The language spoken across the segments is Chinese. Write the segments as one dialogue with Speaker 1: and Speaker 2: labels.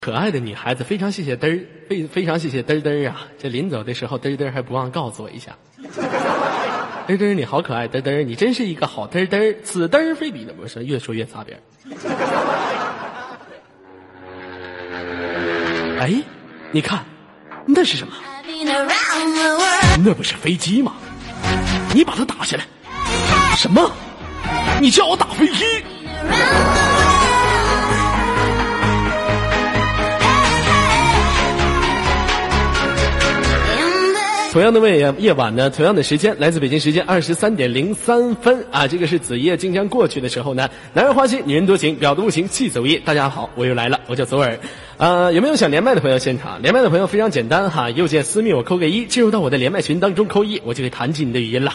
Speaker 1: 可爱的女孩子非常谢谢嘚儿，非非常谢谢嘚儿嘚儿啊！这临走的时候，嘚儿嘚儿还不忘告诉我一下， 嘚儿嘚儿你好可爱，嘚儿嘚儿你真是一个好嘚儿嘚儿，此嘚儿非彼的，我说越说越擦边儿。 哎，你看，那是什么？
Speaker 2: I've been around the world.
Speaker 1: 那不是飞机吗？你把它打下来。什么？你叫我打飞机？
Speaker 2: In the
Speaker 1: 同样的夜夜晚呢，同样的时间，来自北京时间二十三点零三分啊，这个是子夜即将过去的时候呢，男人花心，女人多情，婊子无情，气走夜。大家好，我又来了，我叫左耳。呃，有没有想连麦的朋友？现场连麦的朋友非常简单哈，右键私密我扣个一，进入到我的连麦群当中扣一，我就会弹起你的语音了。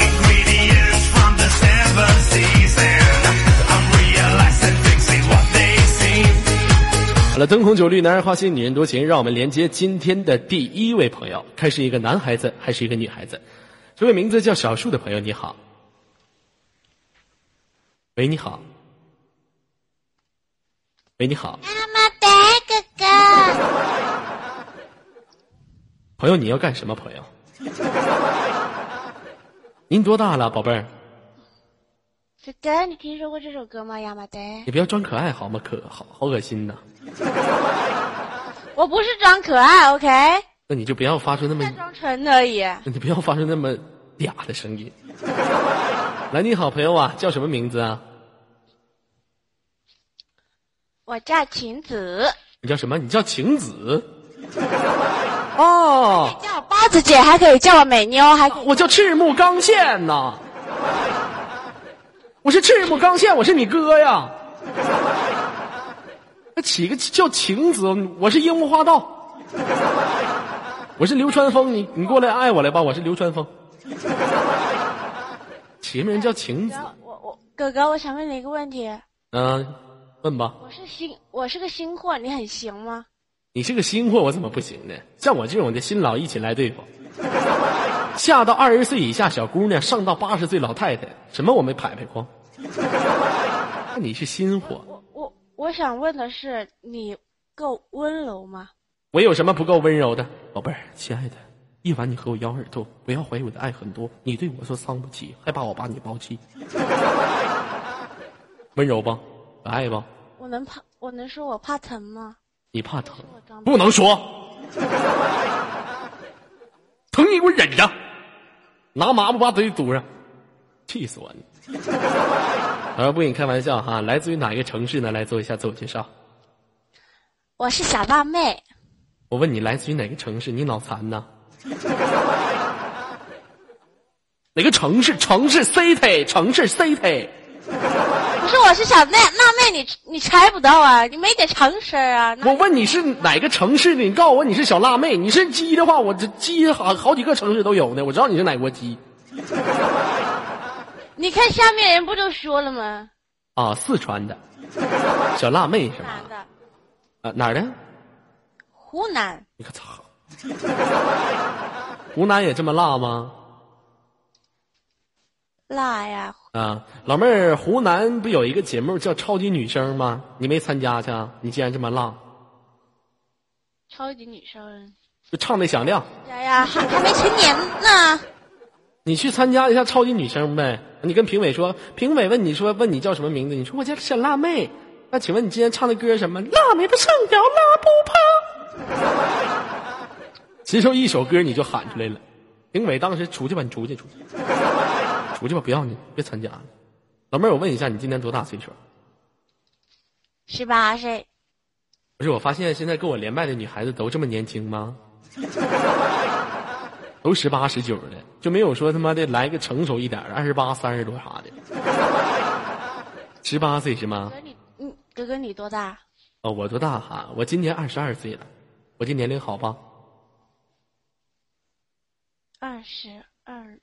Speaker 3: Ingredients from the seven seas, and I'm realizing things ain't what they seem.
Speaker 1: 好了，灯红酒绿，男人花心，女人多情，让我们连接今天的第一位朋友，看是一个男孩子还是一个女孩子。这位名字叫小树的朋友，你好。喂，你好。喂，你好，
Speaker 2: 妈妈白哥哥，
Speaker 1: 朋友，你要干什么？朋友，您多大了，宝贝儿？
Speaker 2: 哥哥，你听说过这首歌吗？亚麻呆，
Speaker 1: 你不要装可爱好吗？可好好恶心呐！
Speaker 2: 我不是装可爱，OK，
Speaker 1: 那你就不要发出那么
Speaker 2: 在，装纯而已。
Speaker 1: 那 你不要发出那么嗲的声音。 来，你好，朋友啊，叫什么名字啊？
Speaker 2: 我叫晴子，
Speaker 1: 你叫什么？你叫晴子。哦，
Speaker 2: 叫我包子姐，还可以叫我美妞，还可以
Speaker 1: 我叫赤木刚宪呐。我是赤木刚宪，我是你哥呀。那起个叫晴子，我是樱木花道，我是流川枫，你你过来爱我来吧，我是流川枫。 起名叫晴子，
Speaker 2: 我我哥哥，我想问你一个问题，
Speaker 1: 嗯、问吧。
Speaker 2: 我是新，我是个新货，你很行吗？
Speaker 1: 你是个新货，我怎么不行呢？像我这种的新老一起来对付，下到二十岁以下小姑娘，上到八十岁老太太，什么我没排排过？ 那你是新货，
Speaker 2: 我我我想问的是，你够温柔吗？
Speaker 1: 我有什么不够温柔的？宝贝儿，亲爱的，一晚你和我咬耳朵，不要怀疑我的爱很多。你对我说伤不起，还把我把你抛弃， 温柔吧，可爱吧，
Speaker 2: 我能怕，我能说我怕疼吗？
Speaker 1: 你怕疼？
Speaker 2: 我装
Speaker 1: 不能说，疼你给我忍着，拿抹布把嘴堵上，气死我了！好了，不跟你开玩笑哈，来自于哪一个城市呢？来做一下自我介绍。
Speaker 2: 我是小辣妹，
Speaker 1: 我问你来自于哪个城市？你脑残呐？哪个城市？城市 city，城市 city。
Speaker 2: 不是，我是小妹，辣妹你，你猜不到啊，你没点常识啊。那
Speaker 1: 我问你是哪个城市的？你告诉我你是小辣妹。你是鸡的话，我这鸡好好几个城市都有呢。我知道你是哪国鸡
Speaker 2: 你看下面人不就说了吗？
Speaker 1: 啊，四川的，小辣妹是吧
Speaker 2: 男？的，
Speaker 1: 啊，哪儿的？
Speaker 2: 湖南，
Speaker 1: 你可操！湖南也这么辣吗？
Speaker 2: 辣呀！
Speaker 1: 啊，老妹儿，湖南不有一个节目叫《超级女声》吗？你没参加去啊？你竟然这么辣，
Speaker 2: 超级女生，
Speaker 1: 就唱的响亮。
Speaker 2: 哎呀，还还没成年呢。
Speaker 1: 你去参加一下《超级女声》呗。你跟评委说，评委问你说问你叫什么名字，你说我叫小辣妹。那请问你今天唱的歌什么？辣妹的上吊拉不怕。禽兽一首歌你就喊出来了，评委当时出去吧，你出去出去，出去吧，不要你，别参加了。老妹儿，我问一下，你今年多大岁数？
Speaker 2: 十八岁，
Speaker 1: 不是，我发现现在跟我连麦的女孩子都这么年轻吗？都十八十九的，就没有说他妈的来个成熟一点，二十八、三十多啥的。十八岁是吗
Speaker 2: 哥？你你嗯哥哥你多大？
Speaker 1: 哦，我多大哈？我今年二十二岁了，我这年龄好吧？
Speaker 2: 二十二，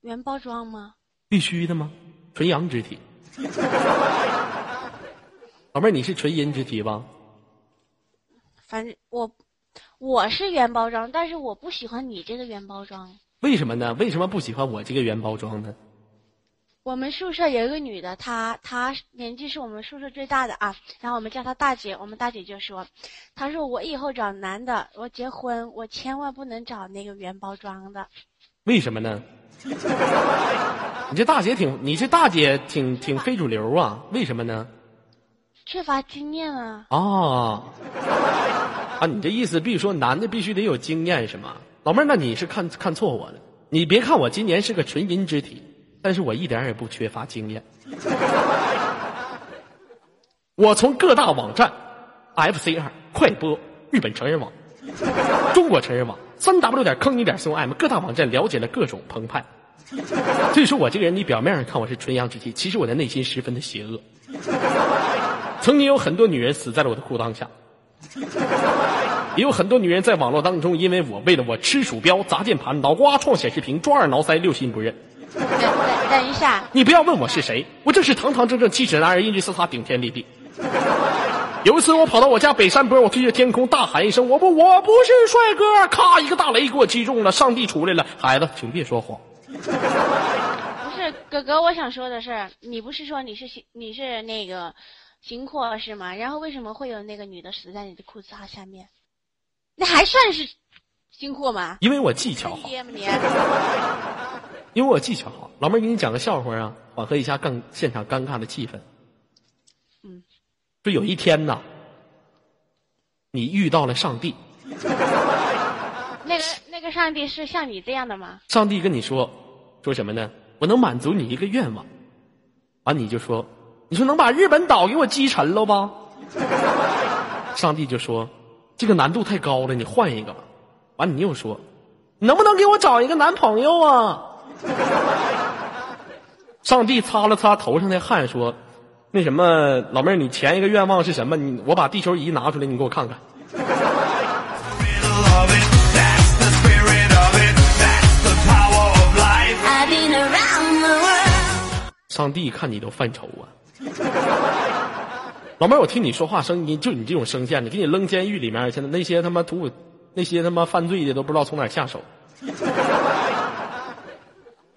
Speaker 2: 原包装吗？
Speaker 1: 必须的吗？纯阳之体。老妹儿，你是纯阴之体吧？
Speaker 2: 反正我我是原包装，但是我不喜欢你这个原包装，
Speaker 1: 为什么呢？为什么不喜欢我这个原包装呢？
Speaker 2: 我们宿舍有一个女的，她她年纪是我们宿舍最大的啊，然后我们叫她大姐，我们大姐就说，她说我以后找男的，我结婚我千万不能找那个原包装的，
Speaker 1: 为什么呢？你这大姐挺，你这大姐挺挺非主流啊？为什么呢？
Speaker 2: 缺乏经验啊。
Speaker 1: 啊，啊，你这意思，比如说男的必须得有经验是吗？老妹儿，那你是看看错我了。你别看我今年是个纯阴之体，但是我一点儿也不缺乏经验。我从各大网站，FCR、快播、日本成人网、中国成人网、三 W 点坑你点 COM 各大网站了解了各种澎湃。所以说我这个人，你表面上看我是纯阳之气，其实我的内心十分的邪恶。曾经有很多女人死在了我的裤裆下，也有很多女人在网络当中，因为我为了我吃鼠标、砸键盘、脑瓜撞显示屏、抓耳挠腮、六亲不认。
Speaker 2: 等等等一下，
Speaker 1: 你不要问我是谁，我正是堂堂正正、气质男儿、英俊潇洒、顶天立地。有一次，我跑到我家北山坡，我对着天空大喊一声：“我不，我不是帅哥！”咔，一个大雷给我击中了，上帝出来了。孩子，请别说谎。
Speaker 2: 不是哥哥，我想说的是，你不是说你是行你是那个行阔是吗？然后为什么会有那个女的死在你的裤衩下面？那还算是行阔吗？
Speaker 1: 因为我技巧好，
Speaker 2: 爹吗你？
Speaker 1: 因为我技巧好。老妹儿，给你讲个笑话啊，缓和一下尴现场尴尬的气氛。
Speaker 2: 嗯，
Speaker 1: 说有一天呐，你遇到了上帝，
Speaker 2: 那个那个上帝是像你这样的吗？
Speaker 1: 上帝跟你说，说什么呢？我能满足你一个愿望，完、你就说，你说能把日本岛给我击沉了吧？ 上帝就说，这个难度太高了，你换一个吧。完、你又说，你能不能给我找一个男朋友啊？ 上帝擦了擦头上的汗，说：“那什么，老妹儿，你前一个愿望是什么？你我把地球仪拿出来，你给我看看。
Speaker 3: middle of it. That's the spirit of it. That's the power of life.
Speaker 4: I've been around the world. ”
Speaker 1: 上帝看你都犯愁啊！老妹儿，我听你说话声音，就你这种声线，你给你扔监狱里面，现在那些他妈土，那些他妈犯罪的都不知道从哪儿下手， 是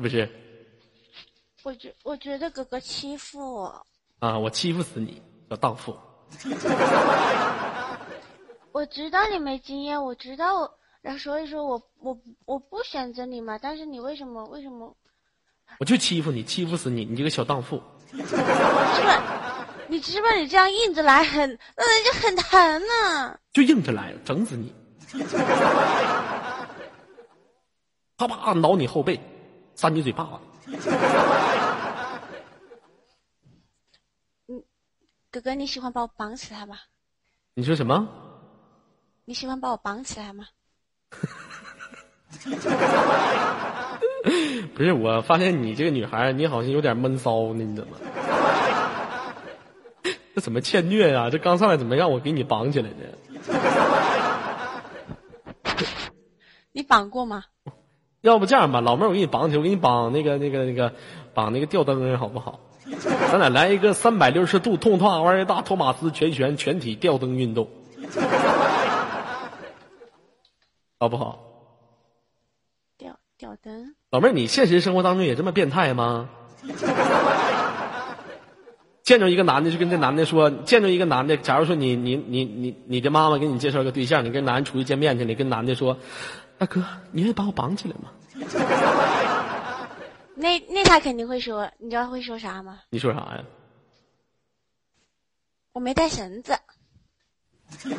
Speaker 1: 不是？
Speaker 2: 我觉我觉得哥哥欺负我，
Speaker 1: 啊，我欺负死你，小荡妇！
Speaker 2: 我知道你没经验，我知道我，然后所以说我我我不选择你嘛，但是你为什么为什么？
Speaker 1: 我就欺负你，欺负死你，你这个小荡妇！
Speaker 2: 是不是？你知不知道你这样硬着来很让人家很疼呢、
Speaker 1: 就硬着来，整死你！啪啪挠你后背，扇你嘴巴子。
Speaker 2: 哥哥，你喜欢把我绑起来吗？
Speaker 1: 你说什么？
Speaker 2: 你喜欢把我绑起来吗？
Speaker 1: 不是，我发现你这个女孩儿，你好像有点闷骚呢，你怎么？ 这怎么欠虐啊呀、这刚上来怎么让我给你绑起来呢？
Speaker 2: 你绑过吗？
Speaker 1: 要不这样吧，老妹儿，我给你绑起来，我给你绑那个那个那个，绑那个吊灯儿好不好？咱俩来一个三百六十度痛痛玩意大托马斯全旋全体吊灯运动，好不好？
Speaker 2: 吊吊灯？
Speaker 1: 老妹儿，你现实生活当中也这么变态吗？ 见着一个男的就跟这男的说，见着一个男的，假如说你你你你你的妈妈给你介绍个对象，你跟男人出去见面去了，你跟男的说，大哥，你愿意把我绑起来吗？
Speaker 2: 那那他肯定会说，你知道会说啥吗？
Speaker 1: 你说啥呀？
Speaker 2: 我没带绳子，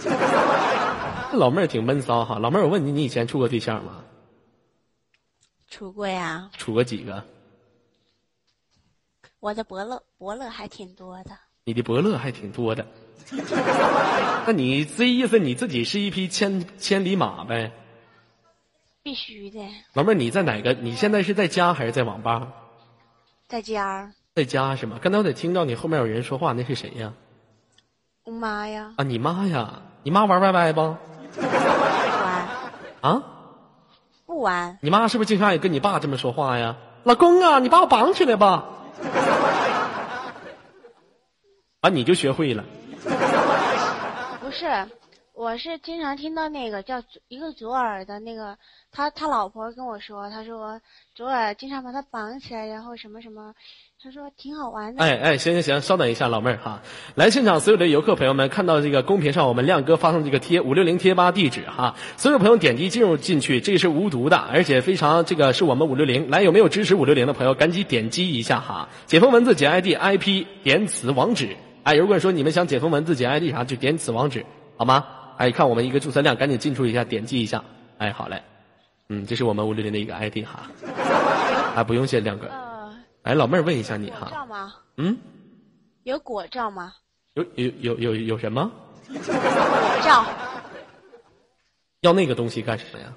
Speaker 1: 这老妹儿挺闷骚哈。老妹儿，我问你，你以前处过对象吗？
Speaker 2: 出柜啊！
Speaker 1: 处过几个？
Speaker 2: 我的伯乐伯乐还挺多的，
Speaker 1: 你的伯乐还挺多的。 那你这意思你自己是一匹千千里马呗？
Speaker 2: 必须的，
Speaker 1: 老妹儿，你在哪个？你现在是在家还是在网吧？
Speaker 2: 在家儿。
Speaker 1: 在家是吗？刚才我得听到你后面有人说话，那是谁呀？
Speaker 2: 我妈呀，
Speaker 1: 啊，你妈呀！你妈玩 YY 不？
Speaker 2: 不玩
Speaker 1: 啊，
Speaker 2: 不玩，
Speaker 1: 你妈是不是经常也跟你爸这么说话呀？老公啊，你把我绑起来吧！啊，你就学会了。
Speaker 2: 不是，我是经常听到那个叫左一个左耳的那个，他他老婆跟我说，他说左耳经常把他绑起来，然后什么什么，他说挺好玩的。
Speaker 1: 哎哎，行行行，稍等一下，老妹儿哈。来现场所有的游客朋友们，看到这个公屏上我们亮哥发送这个贴五六零贴吧地址哈，所有朋友点击进入进去，这个是无毒的，而且非常这个是我们五六零。来，有没有支持五六零的朋友，赶紧点击一下哈。解封文字解 ID IP 点此网址。哎，如果说你们想解封文字解 ID 啥，就点此网址好吗？哎，看我们一个注册量，赶紧进出一下，点击一下。哎，好嘞，嗯，这是我们五六零的一个 ID 哈。啊，不用谢亮哥。
Speaker 2: 呃，
Speaker 1: 哎，老妹儿问一下你
Speaker 2: 果
Speaker 1: 哈，
Speaker 2: 照吗？
Speaker 1: 嗯。
Speaker 2: 有果照吗？
Speaker 1: 有有有有有什么？
Speaker 2: 果照，
Speaker 1: 要那个东西干什么呀？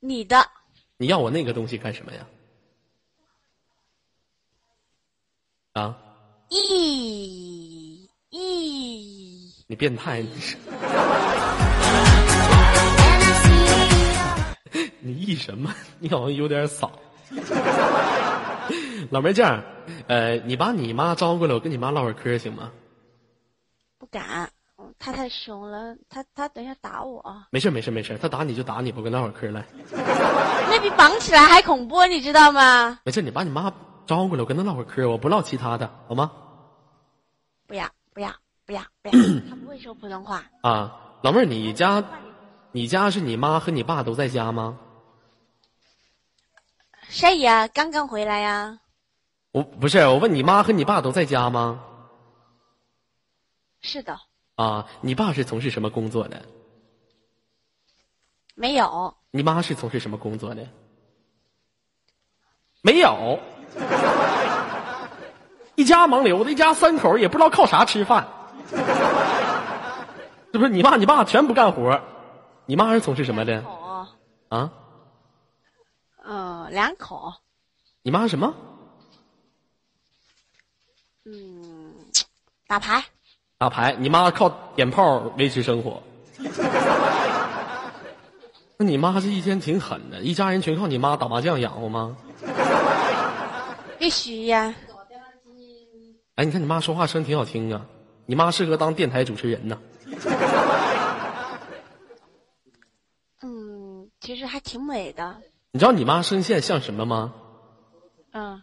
Speaker 2: 你的
Speaker 1: 你要我那个东西干什么呀？啊，
Speaker 2: 咦咦，
Speaker 1: 你变态！你是你意什么？你好像有点骚。老妹儿，这样，呃，你把你妈招过来，我跟你妈唠会儿嗑，行吗？
Speaker 2: 不敢，嗯他太凶了，他他等一下打我，
Speaker 1: 没事儿没事儿没事儿，她打你就打你吧，我跟她唠会儿嗑来。
Speaker 2: 那比绑起来还恐怖，你知道吗？
Speaker 1: 没事儿，你把你妈招过来，我跟她唠会儿嗑，我不唠其他的，好吗？
Speaker 2: 不要不要不要 不要，他不会说普通话。
Speaker 1: 啊，老妹儿，你家，你家是你妈和你爸都在家吗？
Speaker 2: 谁呀？刚刚回来呀？
Speaker 1: 我不是，我问你妈和你爸都在家吗？
Speaker 2: 是的，
Speaker 1: 啊，你爸是从事什么工作的？
Speaker 2: 没有，
Speaker 1: 你妈是从事什么工作的？没有，一家盲流的，一家三口也不知道靠啥吃饭，这不是你爸你爸全不干活，你妈是从事什么的
Speaker 2: 两口，
Speaker 1: 啊？
Speaker 2: 嗯，两口，
Speaker 1: 你妈什么？
Speaker 2: 嗯，打牌，
Speaker 1: 打牌，你妈靠点炮维持生活。 那你妈这一天挺狠的，一家人全靠你妈打麻将养活吗？
Speaker 2: 必须呀。
Speaker 1: 哎，你看你妈说话声挺好听啊，你妈适合当电台主持人呐。
Speaker 2: 嗯，其实还挺美的。
Speaker 1: 你知道你妈声线像什么吗？
Speaker 2: 嗯，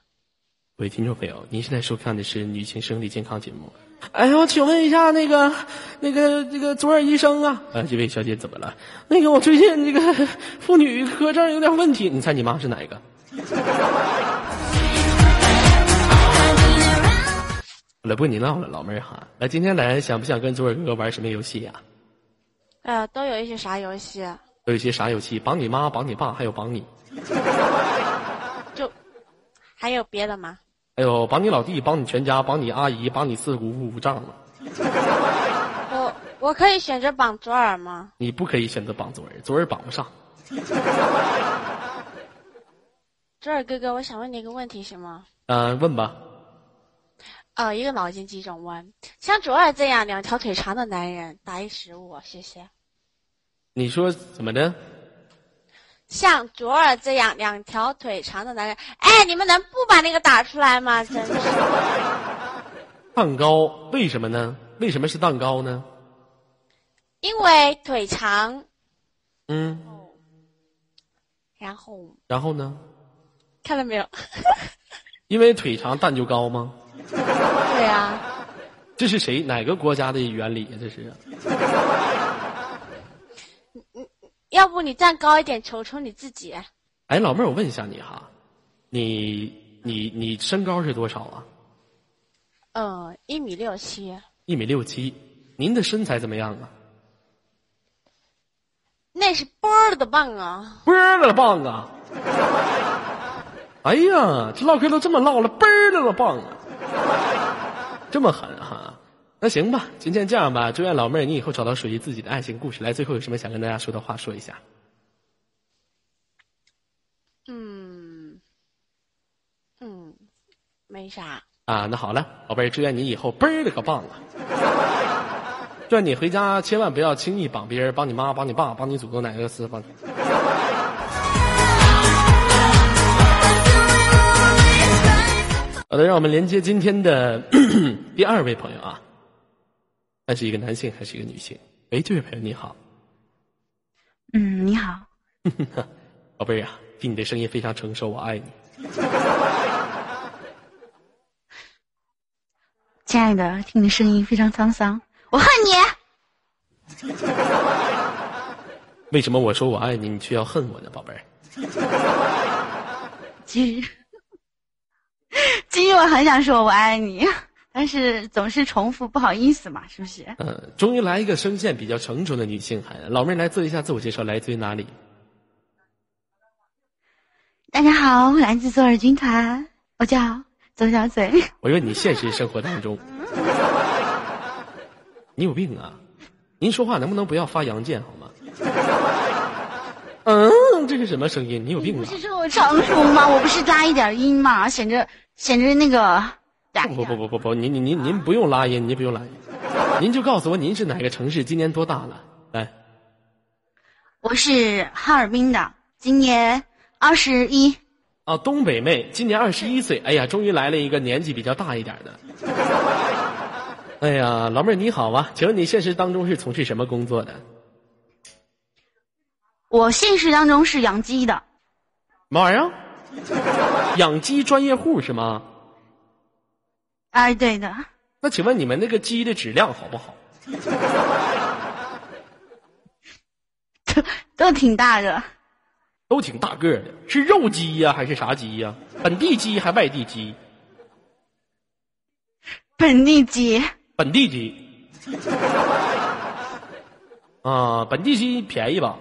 Speaker 1: 各位听众朋友，您现在收看的是《女性生理健康》节目。哎呦，请问一下那个、那个、那个左耳医生啊，呃，这位小姐怎么了？那个我最近这个妇女科这儿有点问题，你猜你妈是哪一个？ 好了，不跟你闹了，老妹儿哈。来，今天来想不想跟左耳哥哥玩什么游戏呀、
Speaker 2: 呃，都有一些啥游戏？
Speaker 1: 都有一些啥游戏？绑你妈，绑你爸，还有绑你。
Speaker 2: 就还有别的吗？
Speaker 1: 哎呦，绑你老弟，绑你全家，绑你阿姨，绑你四姑五丈母。
Speaker 2: 我呃我可以选择绑左耳吗？
Speaker 1: 你不可以选择绑左耳，左耳绑不上。
Speaker 2: 左耳哥哥，我想问你一个问题，行吗？
Speaker 1: 呃，问吧。
Speaker 2: 呃，一个脑筋急转弯，像左耳这样两条腿长的男人，打一十五，谢谢。
Speaker 1: 你说怎么的？
Speaker 2: 像左耳这样两条腿长的男人，哎，你们能不把那个打出来吗？真是。
Speaker 1: 蛋糕为什么呢？为什么是蛋糕呢？
Speaker 2: 因为腿长，
Speaker 1: 嗯，
Speaker 2: 然后
Speaker 1: 然后呢？
Speaker 2: 看到没有？
Speaker 1: 因为腿长蛋就高吗？
Speaker 2: 对啊，
Speaker 1: 这是谁哪个国家的原理呀？这是
Speaker 2: 要不你站高一点，瞅瞅你自己，
Speaker 1: 哎，老妹儿，我问一下你哈，你你你身高是多少啊？
Speaker 2: 嗯，一米六七，
Speaker 1: 一米六七。您的身材怎么样啊？
Speaker 2: 那是波儿的棒啊！
Speaker 1: 倍儿了棒啊！哎呀，这唠嗑都这么唠了，倍儿了棒啊！这么狠哈、那行吧，今天这样吧，祝愿老妹儿你以后找到属于自己的爱情故事。来，最后有什么想跟大家说的话，说一下。
Speaker 2: 嗯，嗯，没啥。
Speaker 1: 啊，那好了，宝贝儿，祝愿你以后倍儿了个棒啊！祝愿你回家千万不要轻易绑别人，帮你妈、帮你爸、帮你祖宗奶奶私帮你。好的，让我们连接今天的 第二位朋友啊，他是一个男性还是一个女性？喂，这位朋友你好，
Speaker 5: 嗯，你好，
Speaker 1: 宝贝儿啊，听你的声音非常成熟，我爱你。
Speaker 5: 亲爱的，听你的声音非常沧桑，我恨你。
Speaker 1: 为什么我说我爱你，你却要恨我呢，宝贝儿？
Speaker 5: 其实，其实我很想说我爱你，但是总是重复，不好意思嘛，是不是？
Speaker 1: 嗯，终于来一个声线比较成熟的女性还老妹儿来做一下自我介绍，来自于哪里？
Speaker 5: 大家好，我来自左耳军团，我叫左小嘴。
Speaker 1: 我问你，现实生活当中， 你有病啊？您说话能不能不要发洋剑好吗？嗯，这是什么声音？你有病啊
Speaker 5: 不
Speaker 1: 吧
Speaker 5: 是？说我成熟吗？我不是加一点音嘛，显着显着那个。啊
Speaker 1: 不不不不不不，您您您您不用拉音，您不用拉音，您就告诉我您是哪个城市，今年多大了？来，
Speaker 5: 我是哈尔滨的，今年二十一。
Speaker 1: 啊，东北妹，今年二十一岁。哎呀，终于来了一个年纪比较大一点的。哎呀，老妹儿你好啊，请问你现实当中是从事什么工作的？
Speaker 5: 我现实当中是养鸡的，
Speaker 1: 什么玩意儿？ 养鸡专业户是吗？
Speaker 5: 哎，对的，
Speaker 1: 那请问你们那个鸡的质量好不好？
Speaker 5: 都都挺大的，
Speaker 1: 都挺大个儿的，是肉鸡呀、还是啥鸡呀、本地鸡还外地鸡？
Speaker 5: 本地鸡。
Speaker 1: 本地鸡。啊，本地鸡便宜吧？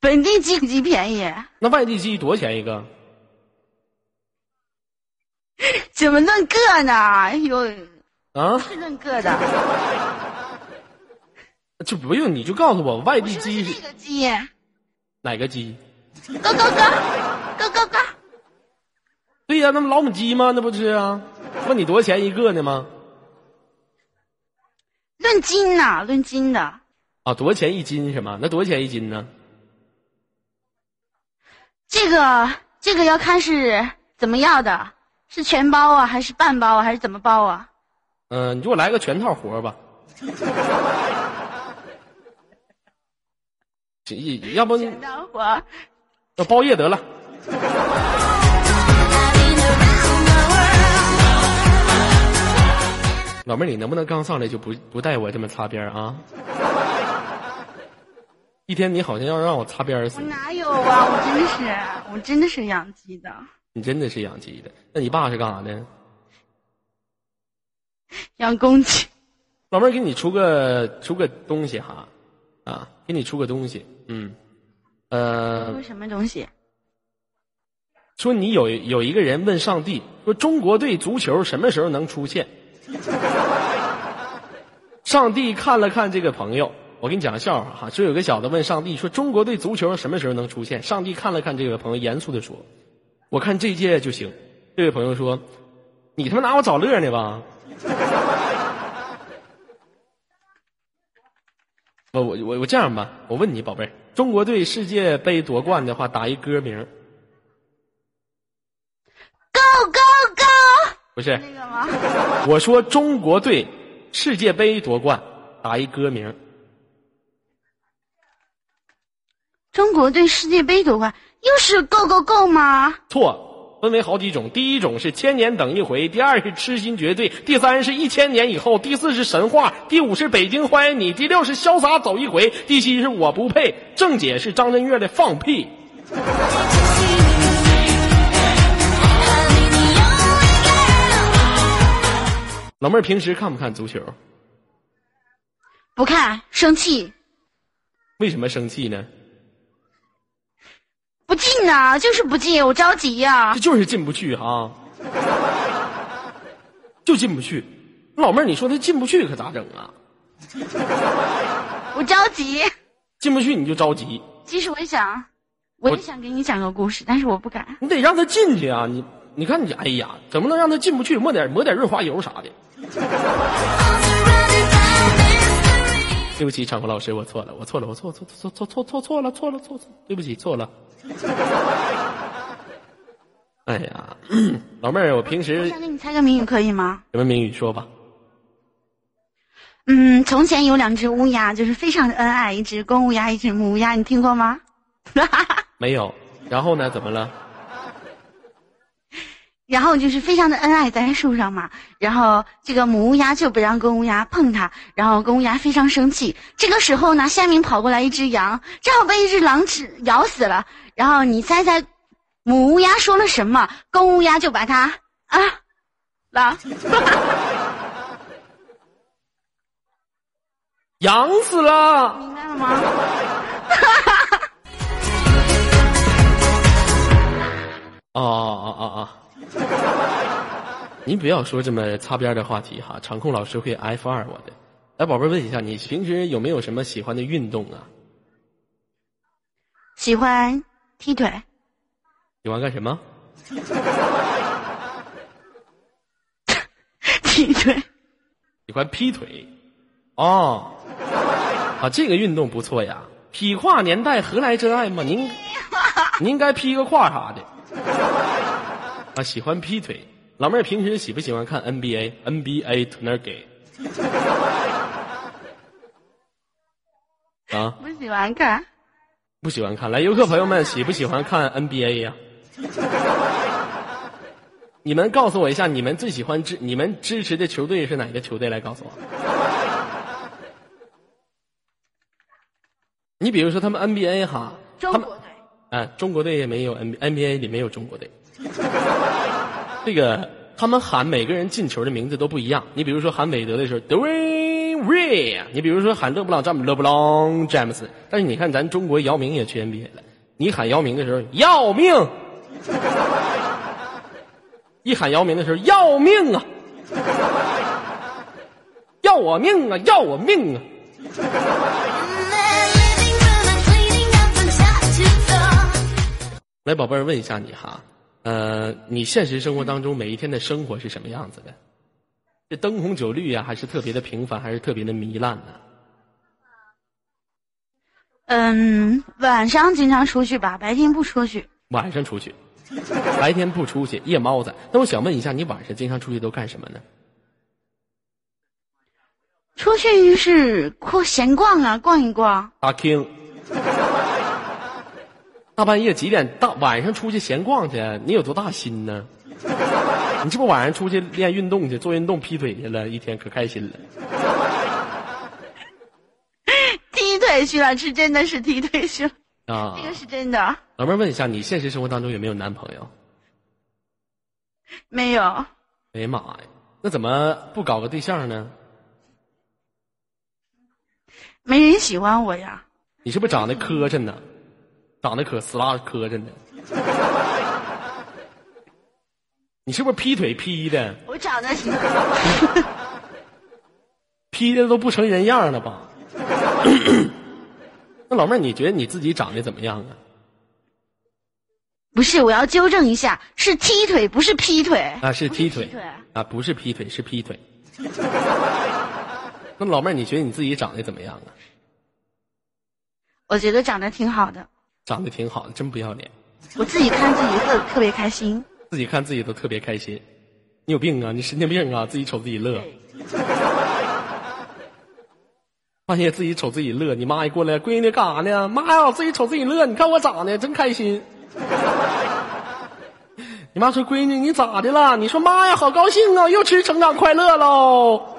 Speaker 5: 本地鸡比鸡便宜，
Speaker 1: 那外地鸡多少钱一个？
Speaker 5: 怎么论个呢？有
Speaker 1: 啊，
Speaker 5: 是论个的，
Speaker 1: 就不用你就告诉我外
Speaker 5: 我
Speaker 1: 地
Speaker 5: 说的
Speaker 1: 鸡
Speaker 5: 是
Speaker 1: 是
Speaker 5: 这个鸡，
Speaker 1: 哪个鸡？
Speaker 5: 咯咯咯，咯咯咯，
Speaker 1: 对呀、那不老母鸡吗？那不是啊？问你多少钱一个呢吗？
Speaker 5: 论斤呢，论斤的，
Speaker 1: 啊，多少钱一斤是吗？那多少钱一斤呢？
Speaker 5: 这个这个要看是怎么要的，是全包啊，还是半包啊，还是怎么包啊？
Speaker 1: 嗯、你给我来个全套活吧。 这要不
Speaker 5: 全包活，
Speaker 1: 要包夜得了。老妹儿，你能不能刚上来就不不带我这么擦边儿啊？一天你好像要让我擦边儿似
Speaker 5: 我
Speaker 1: 的，
Speaker 5: 哪有啊？我真的是，我真的是养鸡的，
Speaker 1: 你真的是养鸡的。那你爸是干啥的？
Speaker 5: 养公鸡。
Speaker 1: 老妹儿，给你出个出个东西哈，啊，给你出个东西，嗯，呃
Speaker 5: 出，什么东西？
Speaker 1: 说你有有一个人问上帝说中国队足球什么时候能出现？ 上帝看了看这个朋友，我给你讲个笑话哈。说有个小子问上帝说中国队足球什么时候能出现？上帝看了看这位朋友，严肃的说：“我看这届就行。”这位朋友说：“你他妈拿我找乐呢吧？” 我我我我这样吧，我问你宝贝儿，中国队世界杯夺冠的话，打一歌名儿
Speaker 5: Go go go！
Speaker 1: 不是？
Speaker 5: 那个吗？
Speaker 1: 我说中国队世界杯夺冠，打一歌名。
Speaker 5: 中国队世界杯夺冠，又是 Go Go Go 吗？
Speaker 1: 错，分为好几种。第一种是千年等一回，第二是痴心绝对，第三是一千年以后，第四是神话，第五是北京欢迎你，第六是潇洒走一回，第七是我不配。正解是张震岳的放屁。老妹儿平时看不看足球？
Speaker 5: 不看，生气，
Speaker 1: 为什么生气呢？
Speaker 5: 不进啊，就是不进，我着急呀、
Speaker 1: 这就是进不去啊，就进不去。老妹儿，你说他进不去可咋整啊？
Speaker 5: 我着急。
Speaker 1: 进不去你就着急，
Speaker 5: 其实我也想，我
Speaker 1: 我
Speaker 5: 也想给你讲个故事，但是我不敢。
Speaker 1: 你得让他进去啊！你你看你，哎呀，怎么能让他进不去？抹点抹点润滑油啥的。对不起，场控老师，我错了，我错了，我错错错错错错错了，错了错错，对不起，错了。哎呀， 老妹儿，我平
Speaker 5: 我
Speaker 1: 时
Speaker 5: 想给你猜个谜语，可以吗？
Speaker 1: 什么谜语说吧？
Speaker 5: 嗯，从前有两只乌鸦，就是非常的恩爱，一只公乌鸦，一只母乌鸦，你听过吗？
Speaker 1: 没有。然后呢？怎么了？
Speaker 5: 然后就是非常的恩爱，在树上嘛。然后这个母乌鸦就不让公乌鸦碰它，然后公乌鸦非常生气。这个时候呢，下面跑过来一只羊，正好被一只狼吃咬死了。然后你猜猜，母乌鸦说了什么？公乌鸦就把它啊，狼
Speaker 1: 痒死了。
Speaker 5: 明白了吗？
Speaker 1: 哦哦哦哦哦！ 您不要说这么擦边的话题哈，场控老师会 F 二我的。来，宝贝儿问一下，你平时有没有什么喜欢的运动啊？
Speaker 5: 喜欢踢腿，
Speaker 1: 喜欢干什么？
Speaker 5: 踢腿，
Speaker 1: 喜欢劈腿。哦，啊，这个运动不错呀！劈胯年代何来真爱嘛？您，您应该劈个胯啥的。啊，喜欢劈腿。老妹儿平时喜不喜欢看 NBA？NBA 从哪儿给？ 啊？
Speaker 5: 不喜欢看。
Speaker 1: 不喜欢看。来，游客朋友们，喜不喜欢看 NBA 呀、 你们告诉我一下，你们最喜欢支你们支持的球队是哪个球队？来告诉我。你比如说他们 NBA 哈，
Speaker 5: 中
Speaker 1: 他们
Speaker 5: 国队
Speaker 1: 啊，中国队也没有 N NBA 里没有中国队。这个他们喊每个人进球的名字都不一样。你比如说喊韦德的时候，德威瑞；你比如说喊勒布朗詹姆斯，勒布朗詹姆斯。但是你看咱中国姚明也去 NBA 了，你喊姚明的时候要命，一喊姚明的时候要命啊， 要我命啊，要我命啊！来，宝贝儿，问一下你哈，呃，你现实生活当中每一天的生活是什么样子的？是灯红酒绿呀、还是特别的平凡，还是特别的糜烂呢、
Speaker 5: 嗯，晚上经常出去吧，白天不出去。
Speaker 1: 晚上出去，白天不出去，夜猫子。那我想问一下，你晚上经常出去都干什么呢？
Speaker 5: 出去是逛闲逛啊，逛一逛。
Speaker 1: 打 king，大半夜几点？大晚上出去闲逛去，你有多大心呢？你这不晚上出去练运动去，做运动劈腿去了，一天可开心了。
Speaker 5: 踢腿去了，是真的是踢腿去了，
Speaker 1: 啊
Speaker 5: 这，个是真的。
Speaker 1: 老妹儿问一下，你现实生活当中有没有男朋友？
Speaker 5: 没有，
Speaker 1: 哎呀妈呀，那怎么不搞个对象呢？
Speaker 5: 没人喜欢我呀。
Speaker 1: 你是不是长得磕碜呢？长得可死拉磕碜呢？你是不是劈腿劈的？
Speaker 5: 我长得
Speaker 1: 劈的都不成人样了吧？ 那老妹儿，你觉得你自己长得怎么样啊？
Speaker 5: 不是，我要纠正一下，是踢腿，不是劈腿。
Speaker 1: 啊，是劈腿
Speaker 5: 不是劈腿
Speaker 1: 啊，不是劈腿，是劈腿。 那老妹儿，你觉得你自己长得怎么样啊？
Speaker 5: 我觉得长得挺好的，
Speaker 1: 长得挺好的，真不要脸，
Speaker 5: 我自己看自己特特别开心。
Speaker 1: 自己看自己都特别开心。你有病啊！你神经病啊！自己瞅自己乐。半夜自己瞅自己乐，你妈一过来，闺女干啥呢？妈呀，我自己瞅自己乐，你看我长得真开心。 你妈说闺女你咋的了？你说妈呀，好高兴啊，又吃成长快乐喽。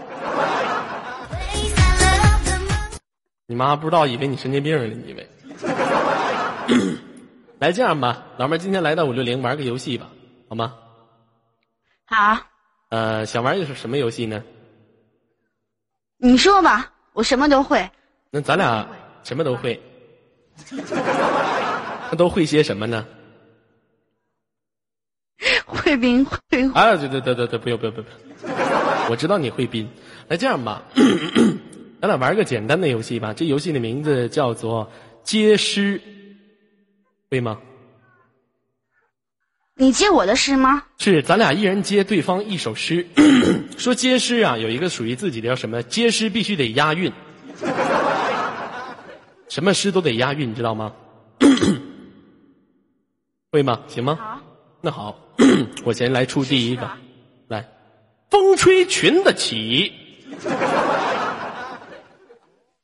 Speaker 1: 你妈不知道，以为你神经病了，你以为？来这样吧，老妹儿，今天来到五六零玩个游戏吧，好吗？
Speaker 5: 好，
Speaker 1: 呃，想玩一个什么游戏呢？
Speaker 5: 你说吧，我什么都会。
Speaker 1: 那咱俩什么都会， 那都会些什么呢？
Speaker 5: 会冰会火，
Speaker 1: 啊，对对对对对，不用不用不用，不用我知道你会宾。那这样吧， 咱俩玩个简单的游戏吧。这游戏的名字叫做接诗，会吗？
Speaker 5: 你接我的诗吗？
Speaker 1: 是，咱俩一人接对方一首诗。 说接诗啊，有一个属于自己的叫什么？接诗必须得押韵，什么诗都得押韵，你知道吗？ 会吗？行吗？
Speaker 5: 好，
Speaker 1: 那好， 我先来出第一
Speaker 5: 试
Speaker 1: 个
Speaker 5: 吧，
Speaker 1: 来，风吹裙子起，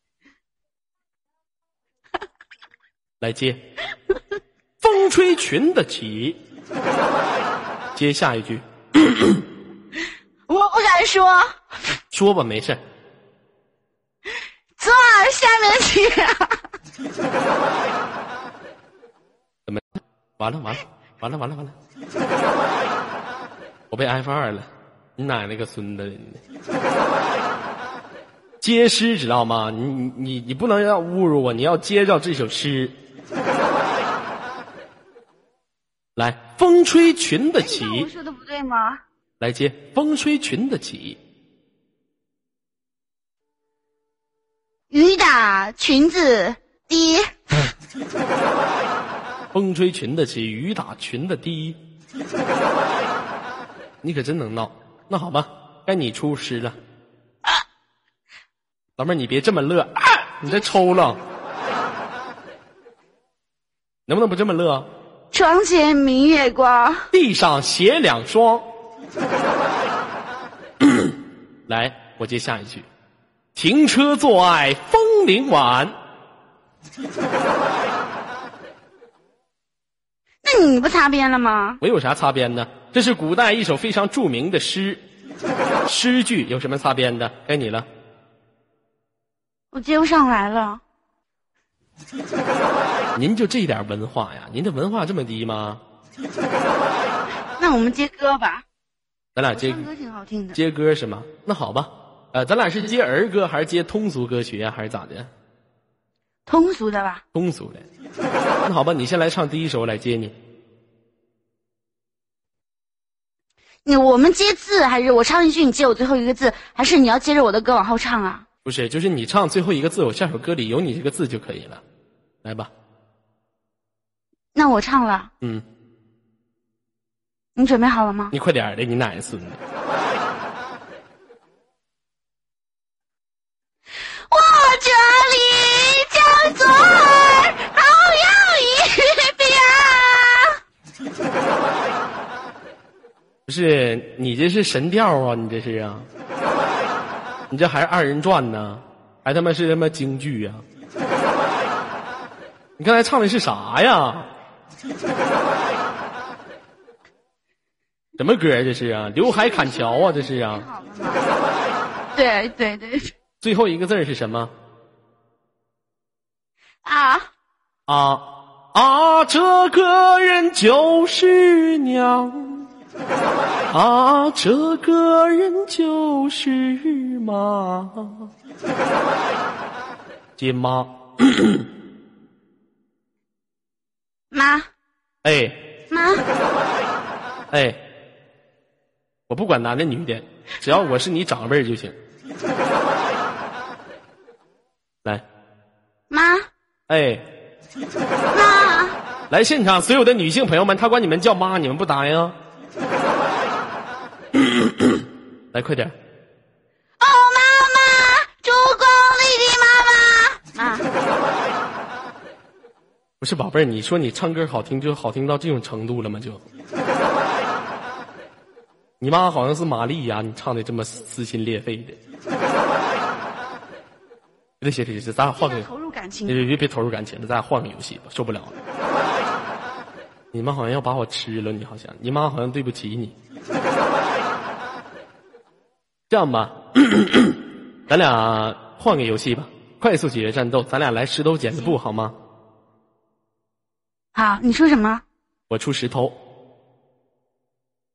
Speaker 1: 来接，风吹裙子起，接下一句，
Speaker 5: 我不敢说。
Speaker 1: 说吧，没事儿
Speaker 5: 左耳下面去，
Speaker 1: 完了完了完了完了完了，我被 F 二了，你奶奶个孙子！你接诗知道吗？你你你你不能要侮辱我，你要接着这首诗。来，风吹裙子起，
Speaker 5: 我说的不对吗？
Speaker 1: 来接风吹裙子起，
Speaker 5: 雨打裙子滴，
Speaker 1: 风吹裙子起，雨打裙子滴。 你可真能闹。那好吧，该你出诗了。老妹儿，你别这么乐，啊你这抽了，能不能不这么乐？
Speaker 5: 床前明月光，
Speaker 1: 地上鞋两双。 来，我接下一句：停车坐爱枫林晚。
Speaker 5: 那你不擦边了吗？
Speaker 1: 我有啥擦边的？这是古代一首非常著名的诗，诗句有什么擦边的？该你了。
Speaker 5: 我接不上来了。
Speaker 1: 您就这点文化呀？您的文化这么低吗？
Speaker 5: 那我们接歌吧，
Speaker 1: 咱俩接
Speaker 5: 唱歌挺好听的。
Speaker 1: 接歌是吗？那好吧，呃，咱俩是接儿歌还是接通俗歌曲啊，还是咋的？
Speaker 5: 通俗的吧，
Speaker 1: 通俗的。那好吧，你先来唱第一首，我来接你。
Speaker 5: 你我们接字还是我唱一句，你接我最后一个字，还是你要接着我的歌往后唱啊？
Speaker 1: 不是，就是你唱最后一个字，我下首歌里有你这个字就可以了。来吧，
Speaker 5: 那我唱了，
Speaker 1: 嗯，
Speaker 5: 你准备好了吗？
Speaker 1: 你快点儿的，你奶奶孙子！
Speaker 5: 我这里叫做儿，好友一边儿。
Speaker 1: 不是，你这是神调啊，你这是啊， 你这还是二人转呢，还他妈是他妈京剧呀、 你刚才唱的是啥呀？ 什么歌啊这是啊？刘海砍桥啊，这是啊。
Speaker 5: 对对对，
Speaker 1: 最后一个字儿是什么？
Speaker 5: 啊，
Speaker 1: 啊啊，这个人就是娘，啊，这个人就是妈，接妈，
Speaker 5: 妈
Speaker 1: 哎
Speaker 5: 妈，
Speaker 1: 哎，我不管男的女的，只要我是你长辈儿就行。来，
Speaker 5: 妈
Speaker 1: 哎，
Speaker 5: 妈，
Speaker 1: 来现场所有的女性朋友们，他管你们叫妈，你们不答应啊？ 来，快点儿。
Speaker 5: 哦妈妈，珠光丽的妈妈，妈，
Speaker 1: 不是宝贝儿，你说你唱歌好听，就好听到这种程度了吗？就，你妈好像是玛丽呀、你唱的这么撕心裂肺的。别别别别，咱俩换个，
Speaker 5: 投入感情
Speaker 1: 别。别别别投入感情了，咱俩换个游戏吧，受不了了。你妈好像要把我吃了，你好像，你妈好像对不起你。这样吧，咱俩换个游戏吧，快速解决战斗，咱俩来石头剪子布好吗？
Speaker 5: 好，你说什么？
Speaker 1: 我出石头，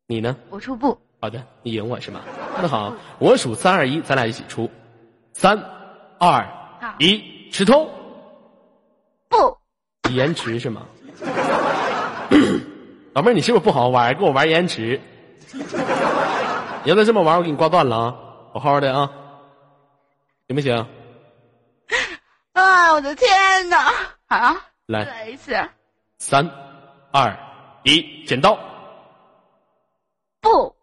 Speaker 1: 你呢？
Speaker 5: 我出布。
Speaker 1: 好的，你赢我是吗？那好，我数三二一，咱俩一起出，三二
Speaker 5: 好
Speaker 1: 一，石头。
Speaker 5: 不，
Speaker 1: 延迟是吗？ 老妹儿，你是不是不好好玩？跟我玩延迟？你要再这么玩，我给你挂断了啊！好好的啊，行不行？
Speaker 5: 啊，我的天哪！好，再
Speaker 1: 来，
Speaker 5: 来一次。
Speaker 1: 三二一，剪刀。
Speaker 5: 不，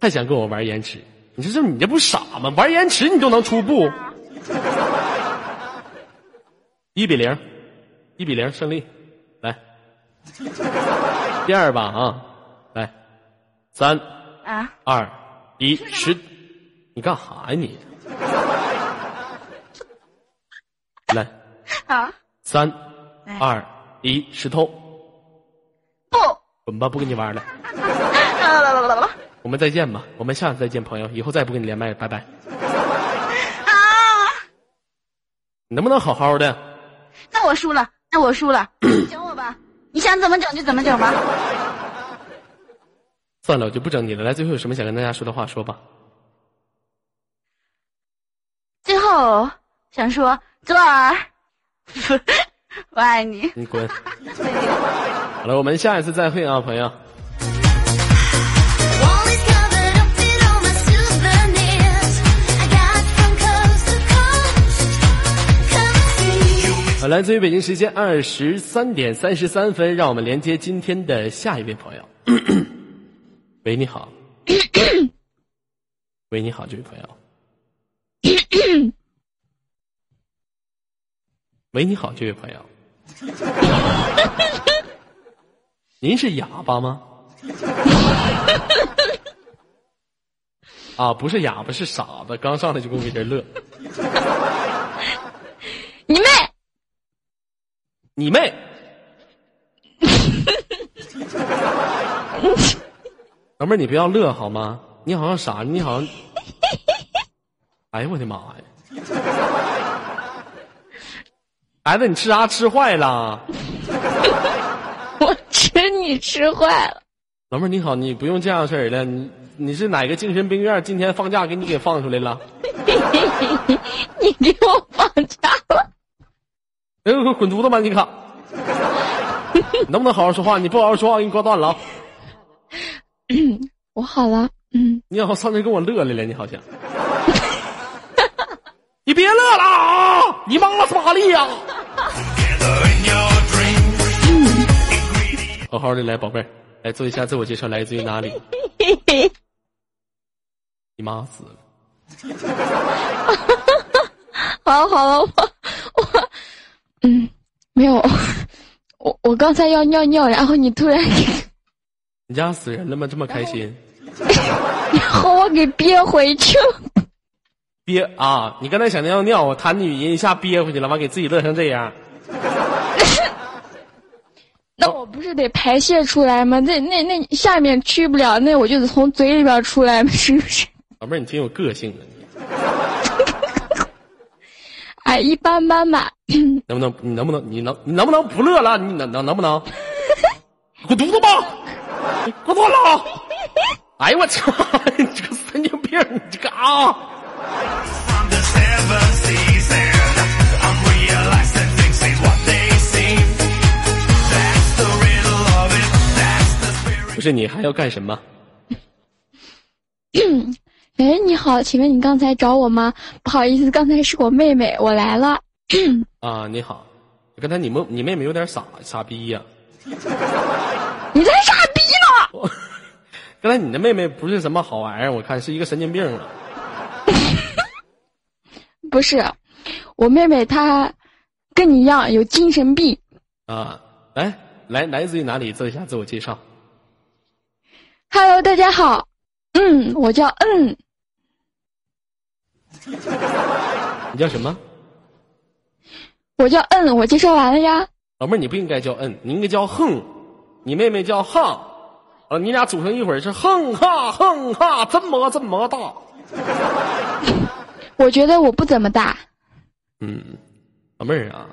Speaker 1: 还想跟我玩延迟？你说这你这不傻吗？玩延迟你都能出布，一比零，一比零胜利，来，第二把啊，来，三
Speaker 5: 啊，
Speaker 1: 二一，十，你干啥呀你？来，
Speaker 5: 好，
Speaker 1: 三
Speaker 5: 哎
Speaker 1: 二一，石头，
Speaker 5: 不，
Speaker 1: 滚吧，不跟你玩了，
Speaker 5: 啦啦啦啦啦啦
Speaker 1: 我们再见吧，我们下次再见，朋友，以后再不跟你连麦了，拜拜。
Speaker 5: 啊！
Speaker 1: 你能不能好好的？
Speaker 5: 那我输了，那我输了，你整我吧，你想怎么整就怎么整吧。
Speaker 1: 算了，我就不整你了。来，最后有什么想跟大家说的话，说吧。
Speaker 5: 最后想说，左耳， 我爱你。
Speaker 1: 你滚。好了，我们下一次再会啊，朋友。
Speaker 3: Wall is covered up in all my souvenirs. I got from coast to coast. Come see.
Speaker 1: 好，来自于北京时间二十三点三十三分，让我们连接今天的下一位朋友。 喂，你 好。喂，你好，这位朋友。 喂，你好，这位朋友。您是哑巴吗？啊，不是哑巴，是傻子。刚上来就跟我一人乐。
Speaker 6: 你妹！
Speaker 1: 你妹！老妹儿，你不要乐好吗？你好像傻，你 好像……哎呦我的妈呀！ 孩子，你吃啥吃坏了？
Speaker 6: 我吃你吃坏了。
Speaker 1: 老妹儿你好，你不用这样式儿了。你你是哪个精神病院？今天放假给你给放出来了？
Speaker 6: 你给我放假了，
Speaker 1: 哎呦，滚犊子吧你可！能不能好好说话？你不好好说话，我给你挂断了啊！
Speaker 6: 我好了，嗯，
Speaker 1: 你好像上次跟我乐来了，你好像。 你别乐了啊！你妈了是玛丽呀、好好的来，宝贝儿，来做一下自我介绍，来自于哪里？你妈死了，
Speaker 6: 好了好了，我我，嗯，没有，我我刚才要尿尿，然后你突然给，
Speaker 1: 你家死人了吗？这么开心？
Speaker 6: 然后我给憋回去了。
Speaker 1: 憋啊！你刚才想尿尿，我弹你语音一下憋回去了，完给自己乐成这样。
Speaker 6: 那我不是得排泄出来吗？那那那下面去不了，那我就得从嘴里边出来， 是不是？
Speaker 1: 老妹儿，你挺有个性的，你
Speaker 6: 哎，一般般吧。
Speaker 1: 能不能？你能不能？你能？你能不能不乐了？你能能能不能？滚犊子吧！滚犊子啊！哎呦我操！你这个神经病！你这个啊！不是你还要干什么？
Speaker 6: 哎，你好，请问你刚才找我吗？不好意思，刚才是我妹妹，我来了。
Speaker 1: 啊，你好，刚才你妹你妹妹有点傻傻逼呀、
Speaker 6: 你才傻逼呢！
Speaker 1: 刚才你的妹妹不是什么好玩意儿，我看是一个神经病啊。
Speaker 6: 不是，我妹妹她跟你一样有精神病。
Speaker 1: 啊，来来，来自于哪里？做一下自我介绍。
Speaker 6: Hello，大家好，嗯，我叫嗯，
Speaker 1: 你叫什么？
Speaker 6: 我叫嗯，我介绍完了呀。
Speaker 1: 老妹儿，你不应该叫嗯，你应该叫哼。你妹妹叫哈，啊，你俩组成一会儿是哼哈哼哈，真么真么大。
Speaker 6: 我觉得我不怎么大，
Speaker 1: 嗯，老妹儿啊，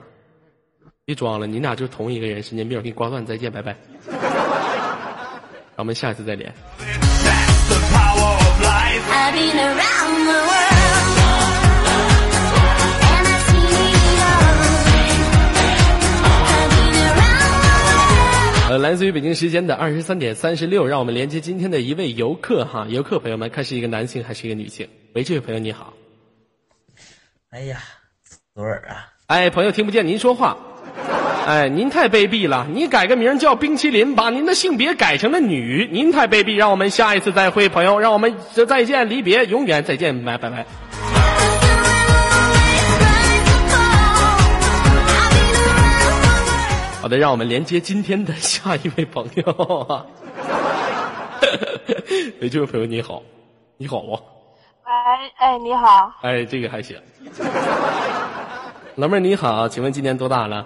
Speaker 1: 别装了，你俩就是同一个人，神经病，给你挂断，再见，拜拜。 咱们下一次再连。
Speaker 3: I've been around the world. And I've seen it all. I've been around the world.
Speaker 1: 呃，来自于北京时间的二十三点三十六，让我们连接今天的一位游客哈，游客朋友们，看是一个男性还是一个女性？喂，这位朋友你好，
Speaker 7: 哎呀，左耳啊，
Speaker 1: 哎，朋友听不见您说话，哎，您太卑鄙了，你改个名叫冰淇淋，把您的性别改成了女，您太卑鄙，让我们下一次再会，朋友，让我们再见离别，永远再见，拜拜拜。好
Speaker 3: Cause you will always rise above. I've been around the world.
Speaker 1: 的，让我们连接今天的下一位朋友 啊，喂，这位朋友你好，你好啊。
Speaker 8: 哎哎，你好，
Speaker 1: 哎，这个还行。老妹儿你好，请问今年多大了？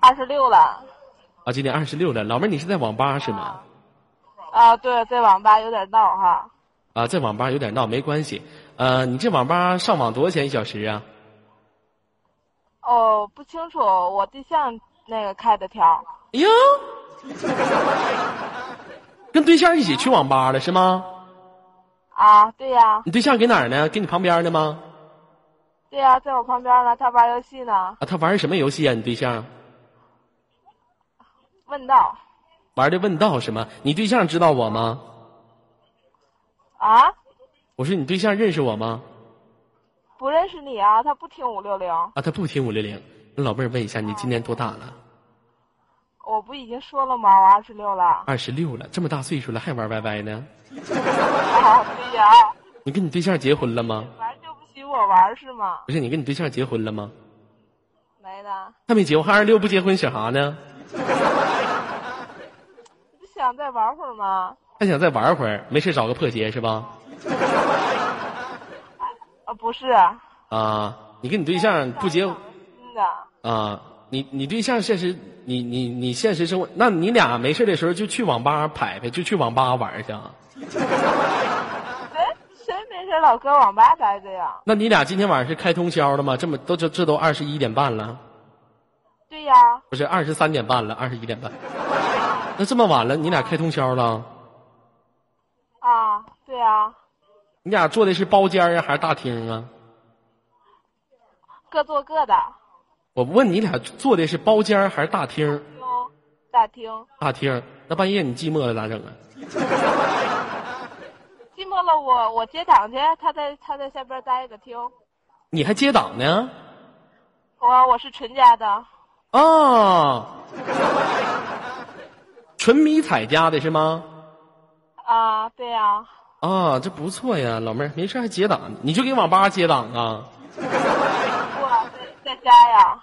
Speaker 8: 二十六了，
Speaker 1: 啊，今年二十六了。老妹儿，你是在网吧是吗？
Speaker 9: 啊，对，在网吧有点闹哈，
Speaker 1: 啊，在网吧有点闹，没关系。呃，你这网吧上网多少钱一小时啊？
Speaker 9: 哦，不清楚，我对象那个开的条，
Speaker 1: 哎呀， 跟对象一起去网吧了是吗？
Speaker 9: 啊，对呀、
Speaker 1: 你对象给哪儿呢？给你旁边的吗？
Speaker 9: 对呀、在我旁边呢，他玩游戏呢，
Speaker 1: 啊，他玩什么游戏啊？你对象
Speaker 9: 问道
Speaker 1: 玩的问道是吗？你对象知道我吗？
Speaker 9: 啊，
Speaker 1: 我说你对象认识我吗？
Speaker 9: 不认识你啊，他不听五六零，
Speaker 1: 啊，他不听五六零。那老妹儿问一下，你今年多大了？
Speaker 9: 我不已经说了吗？我二十六了，
Speaker 1: 二十六了，这么大岁数了还玩 YY 呢？
Speaker 9: 啊，对呀、
Speaker 1: 你跟你对象结婚了吗？
Speaker 9: 玩就不许我玩是吗？
Speaker 1: 不是，你跟你对象结婚了吗？
Speaker 9: 没呢，
Speaker 1: 还没结婚，还二十六不结婚想啥呢？
Speaker 9: 你不想再玩会儿吗？
Speaker 1: 还想再玩会儿，没事找个破鞋是吧？
Speaker 9: 啊，不是，
Speaker 1: 啊，你跟你对象不结
Speaker 9: 想个新的，
Speaker 1: 啊？你你对象现实，你你你现实生活，那你俩没事的时候就去网吧排排，就去网吧玩去啊？
Speaker 9: 谁谁没事老搁网吧待着呀？
Speaker 1: 那你俩今天晚上是开通宵了吗？这么都这这都二十一点半了，
Speaker 9: 对呀、
Speaker 1: 不是二十三点半了，二十一点半。那这么晚了，你俩开通宵了？
Speaker 9: 啊，对呀、
Speaker 1: 你俩坐的是包间儿啊，还是大厅啊？
Speaker 9: 各做各的，
Speaker 1: 我问你俩坐的是包间儿还是大厅？
Speaker 9: 哟，大厅。
Speaker 1: 大厅。那半夜你寂寞了咋整啊？
Speaker 9: 寂寞了我，我接档去，他在他在下边待着听。
Speaker 1: 你还接档呢？
Speaker 9: 我我是纯家的，
Speaker 1: 啊，纯迷彩家的是吗？
Speaker 9: 啊，对呀、
Speaker 1: 啊，这不错呀，老妹儿，没事还接档，你就给网吧接档啊？
Speaker 9: 我在在家呀，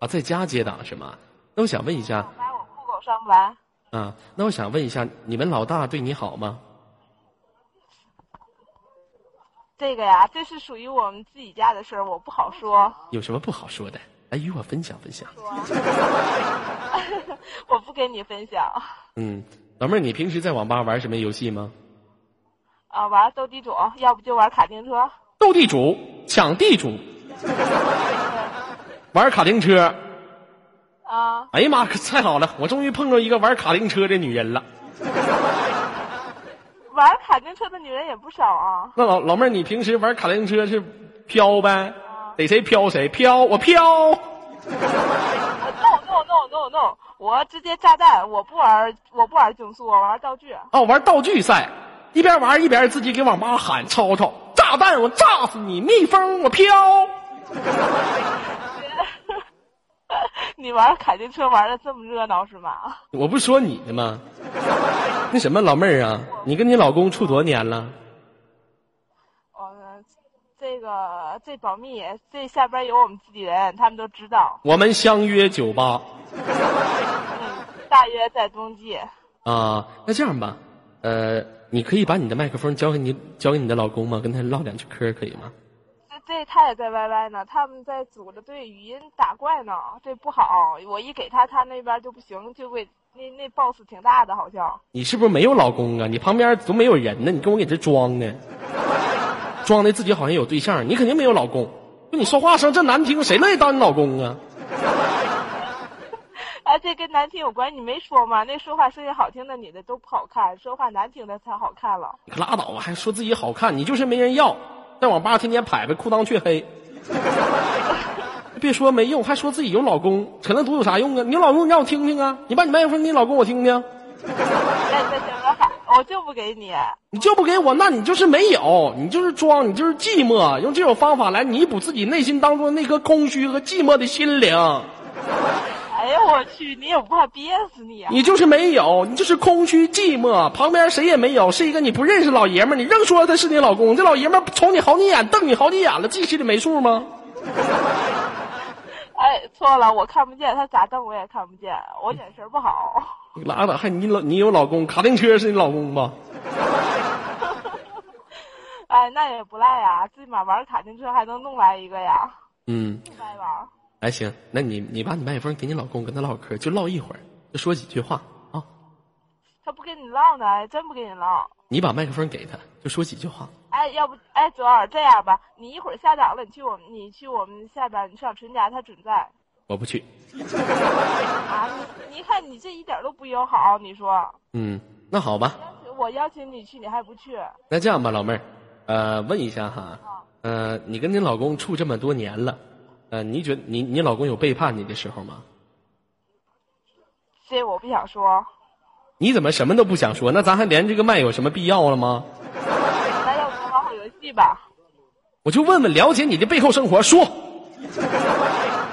Speaker 1: 啊，在家接档是吗？那我想问一下
Speaker 9: 我把我酷狗上不来，
Speaker 1: 啊，那我想问一下，你们老大对你好吗？
Speaker 9: 这个呀，这是属于我们自己家的事儿，我不好说，
Speaker 1: 有什么不好说的？来与我分享分享。
Speaker 9: 我不跟你分享。
Speaker 1: 嗯，老妹儿，你平时在网吧玩什么游戏吗？
Speaker 9: 啊，玩斗地主，要不就玩卡丁车，
Speaker 1: 斗地主、抢地主， 玩卡丁车。
Speaker 9: 啊，
Speaker 1: 哎呀妈，可太好了！我终于碰到一个玩卡丁车的女人了。
Speaker 9: 玩卡丁车的女人也不少啊。
Speaker 1: 那老老妹儿，你平时玩卡丁车是飘呗？逮谁飘谁，飘我飘。
Speaker 9: No no no no no，我直接炸弹，我不玩，我不玩竞速，我玩道具。
Speaker 1: 哦，玩道具赛，一边玩一边自己给网吧喊吵吵，炸弹我炸死你，蜜蜂我飘。
Speaker 9: 你玩卡丁车玩的这么热闹是吗？
Speaker 1: 我不说你呢吗？那什么老妹儿啊，你跟你老公处多年了？
Speaker 9: 哦，这个这保密，这下边有我们自己人，他们都知道。
Speaker 1: 我们相约酒吧
Speaker 9: 嗯，大约在冬季。
Speaker 1: 啊。那这样吧，呃，你可以把你的麦克风交给你交给你的老公吗？跟他唠两句嗑可以吗？
Speaker 9: 这这他也在 YY 呢，他们在组着队语音打怪呢，这不好。我一给他，他那边就不行，就给那那 boss 挺大的，好像。
Speaker 1: 你是不是没有老公啊？你旁边都没有人呢，你跟我给这装呢？装的自己好像有对象，你肯定没有老公。就你说话声这难听，谁乐意当你老公啊？
Speaker 9: 哎，这跟难听有关，你没说吗？那说话声音好听的女的都不好看，说话难听的才好看了。
Speaker 1: 你可拉倒吧，还说自己好看，你就是没人要，在网吧天天拍拍，裤裆却黑。别说没用，还说自己有老公，扯那犊有啥用啊？你有老公，你让我听听啊！你把你麦克风给你老公，我听啊听。
Speaker 9: 哎，在前面喊，我就不给你。
Speaker 1: 你就不给我，那你就是没有，你就是装，你就是寂寞，用这种方法来弥补自己内心当中那颗空虚和寂寞的心灵。
Speaker 9: 哎呀，我去，你也不怕憋死你啊！
Speaker 1: 你就是没有，你就是空虚寂寞，旁边谁也没有，是一个你不认识老爷们儿，你愣说他是你老公，这老爷们儿瞅你好几眼，瞪你好几眼了，自己心里没数吗？
Speaker 9: 哎，错了，我看不见他咋瞪，我也看不见，我眼神不好。
Speaker 1: 你拉倒，还你老你有老公，卡丁车是你老公吧？
Speaker 9: 哎，那也不赖呀，最起码玩卡丁车还能弄来一个呀，
Speaker 1: 嗯，
Speaker 9: 不白玩。
Speaker 1: 哎行，那你你把你麦克风给你老公，跟他唠嗑，就唠一会儿，就说几句话啊。
Speaker 9: 他不跟你唠呢，还真不跟你唠。
Speaker 1: 你把麦克风给他，就说几句话。
Speaker 9: 哎，要不哎，左耳这样吧，你一会儿下档了，你去我们你去我们下边，你上纯家，他准在。
Speaker 1: 我不去。
Speaker 9: 啊，你你看你这一点都不友好，你说
Speaker 1: 嗯，那好吧，
Speaker 9: 我邀请你去，你还不去？
Speaker 1: 那这样吧，老妹儿，呃，问一下哈，呃，你跟你老公处这么多年了，呃，你觉你你老公有背叛你的时候吗？
Speaker 9: 这我不想说，
Speaker 1: 你怎么什么都不想说？那咱还连这个麦有什么必要了吗？
Speaker 9: 咱要不玩会儿游戏吧？
Speaker 1: 我就问问，了解你的背后生活，说，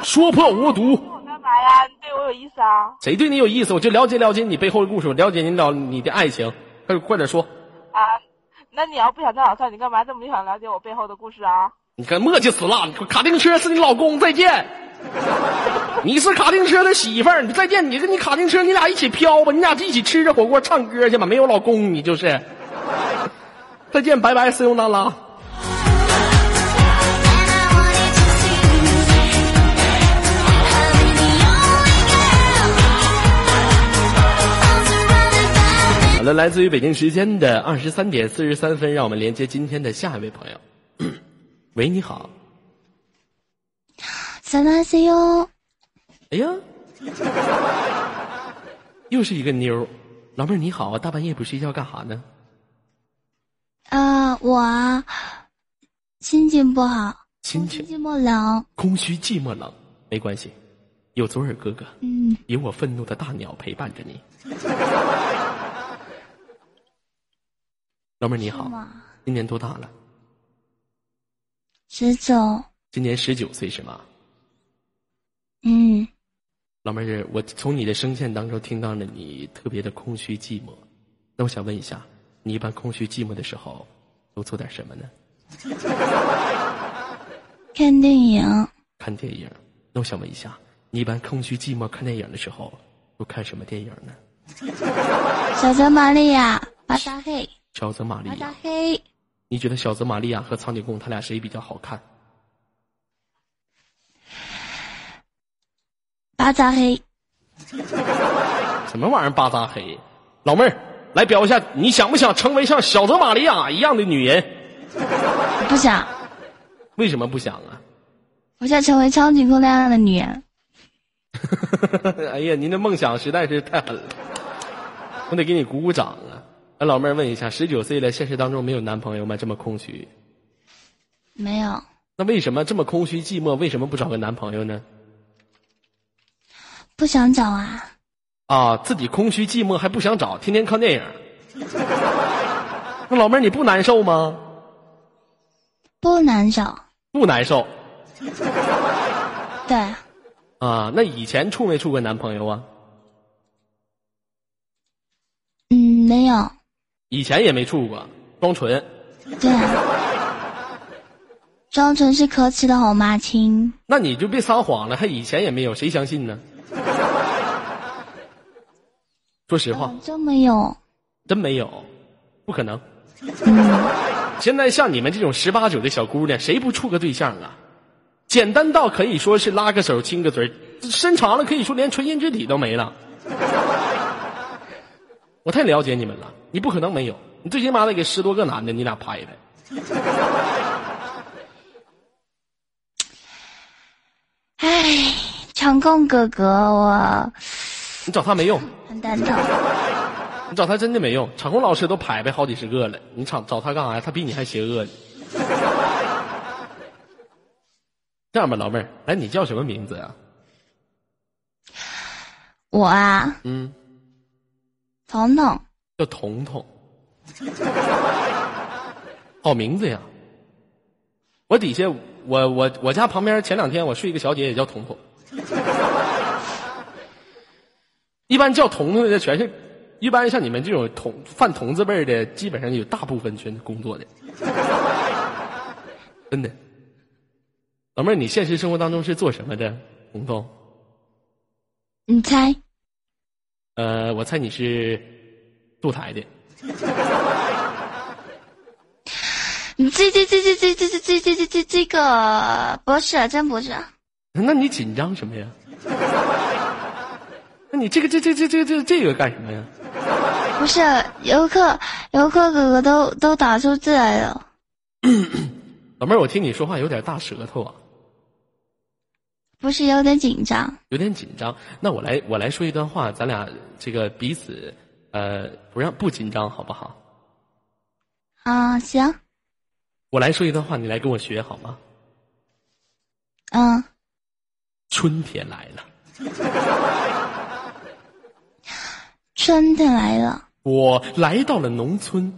Speaker 1: 说破无毒。
Speaker 9: 我干嘛呀？你对我有意思啊？
Speaker 1: 谁对你有意思，我就了解了解你背后的故事，我了解你了你的爱情。快点快点说，
Speaker 9: 啊，那你要不想当老三，你干嘛这么想了解我背后的故事啊？
Speaker 1: 你看磨叽死了，你卡丁车是你老公，再见。 你是卡丁车的媳妇儿，你再见，你跟你卡丁车，你俩一起飘吧，你俩一起吃着火锅唱歌去吧，没有老公你就是。再见，拜拜，塞翁拉拉。
Speaker 4: And I wanted to see I'm the only girl all surrounded by men.
Speaker 1: 好了，来自于北京时间的二十三点四十三分，让我们连接今天的下一位朋友。喂，你好。
Speaker 6: 三八 C U，
Speaker 1: 哎呀， 又是一个妞儿，老妹儿你好啊，大半夜不睡觉干哈呢？
Speaker 6: 呃，我啊心情不好，
Speaker 1: 心情
Speaker 6: 寂寞冷，
Speaker 1: 空虚、寂寞、冷，没关系，有左耳哥哥，
Speaker 6: 嗯，
Speaker 1: 有我愤怒的大鸟陪伴着 你。老妹儿你好，
Speaker 6: 嘛，
Speaker 1: 今年多大了？
Speaker 6: 十九，
Speaker 1: 今年十九岁是吗？
Speaker 6: 嗯，
Speaker 1: 老妹儿，我从你的声线当中听到了你特别的空虚寂寞，那我想问一下，你一般空虚寂寞的时候都做点什么呢？
Speaker 6: 看电影，
Speaker 1: 看电影。那我想问一下，你一般空虚寂寞看电影的时候都看什么电影呢？
Speaker 6: 小泽玛利亚，巴达黑，
Speaker 1: 小泽玛利
Speaker 6: 巴
Speaker 1: 亚
Speaker 6: 达，黑，
Speaker 1: 你觉得小泽玛利亚和苍井空他俩谁比较好看？
Speaker 6: 巴达黑，
Speaker 1: 什么玩意儿巴扎黑？老妹儿，来表一下，你想不想成为像小泽玛利亚一样的女人？
Speaker 6: 不想，
Speaker 1: 为什么不想啊？
Speaker 6: 我想成为超级空那样的女人，
Speaker 1: 哎呀，您的梦想实在是太狠了，我得给你鼓鼓掌啊！哎，老妹儿，问一下，十九岁了，现实当中没有男朋友吗？这么空虚，
Speaker 6: 没有，
Speaker 1: 那为什么这么空虚寂寞？为什么不找个男朋友呢？
Speaker 6: 不想找啊，
Speaker 1: 啊，自己空虚寂寞还不想找，天天看电影。那老妹儿，你不难受吗？
Speaker 6: 不难找，
Speaker 1: 不难受
Speaker 6: 对，
Speaker 1: 啊。那以前处没处过男朋友啊？
Speaker 6: 嗯，没有，
Speaker 1: 以前也没处过，装纯。
Speaker 6: 对啊，装纯是可耻的好吗，亲？
Speaker 1: 那你就别撒谎了，还以前也没有，谁相信呢？ 说实话，
Speaker 6: 嗯真没有，
Speaker 1: 真没有，不可能。现在像你们这种十八九的小姑娘，谁不处个对象啊？简单到可以说是拉个手、亲个嘴儿，伸长了可以说连纯阴之体都没了。我太了解你们了，你不可能没有，你最起码得给十多个男的，你俩拍拍。
Speaker 6: 唉，长控哥哥，我
Speaker 1: 你找他没用，
Speaker 6: 很蛋疼。
Speaker 1: 你找他真的没用。场控老师都拍拍好几十个了，你找找他干啥呀？他比你还邪恶呢。 这样吧，老妹儿，哎，你叫什么名字呀、
Speaker 6: 我啊，
Speaker 1: 嗯，
Speaker 6: 彤彤，
Speaker 1: 叫彤彤，好名字呀！我底下，我我我家旁边前两天我睡一个小姐也叫彤彤，一般叫彤彤的全是，一般像你们这种同犯同字辈儿的，基本上有大部分全是工作的，真的。老妹儿，你现实生活当中是做什么的？彤彤，
Speaker 6: 你猜？
Speaker 1: 呃，我猜你是坐台的。
Speaker 6: 你这这这这这这这这这这这这啊个不是，真不是。
Speaker 1: 那你紧张什么呀？那你这个这这这这这这个干什么呀？
Speaker 5: 不是游客，游客哥哥都都打出字来了。
Speaker 1: 老妹儿，我听你说话有点大舌头啊，
Speaker 5: 不是有点紧张？
Speaker 1: 有点紧张。那我来我来说一段话，咱俩这个彼此呃不让不紧张好不好？
Speaker 5: 啊，行，
Speaker 1: 我来说一段话，你来跟我学好吗？
Speaker 5: 嗯，
Speaker 1: 春天来了，
Speaker 5: 春天来了，
Speaker 1: 我来到了农村，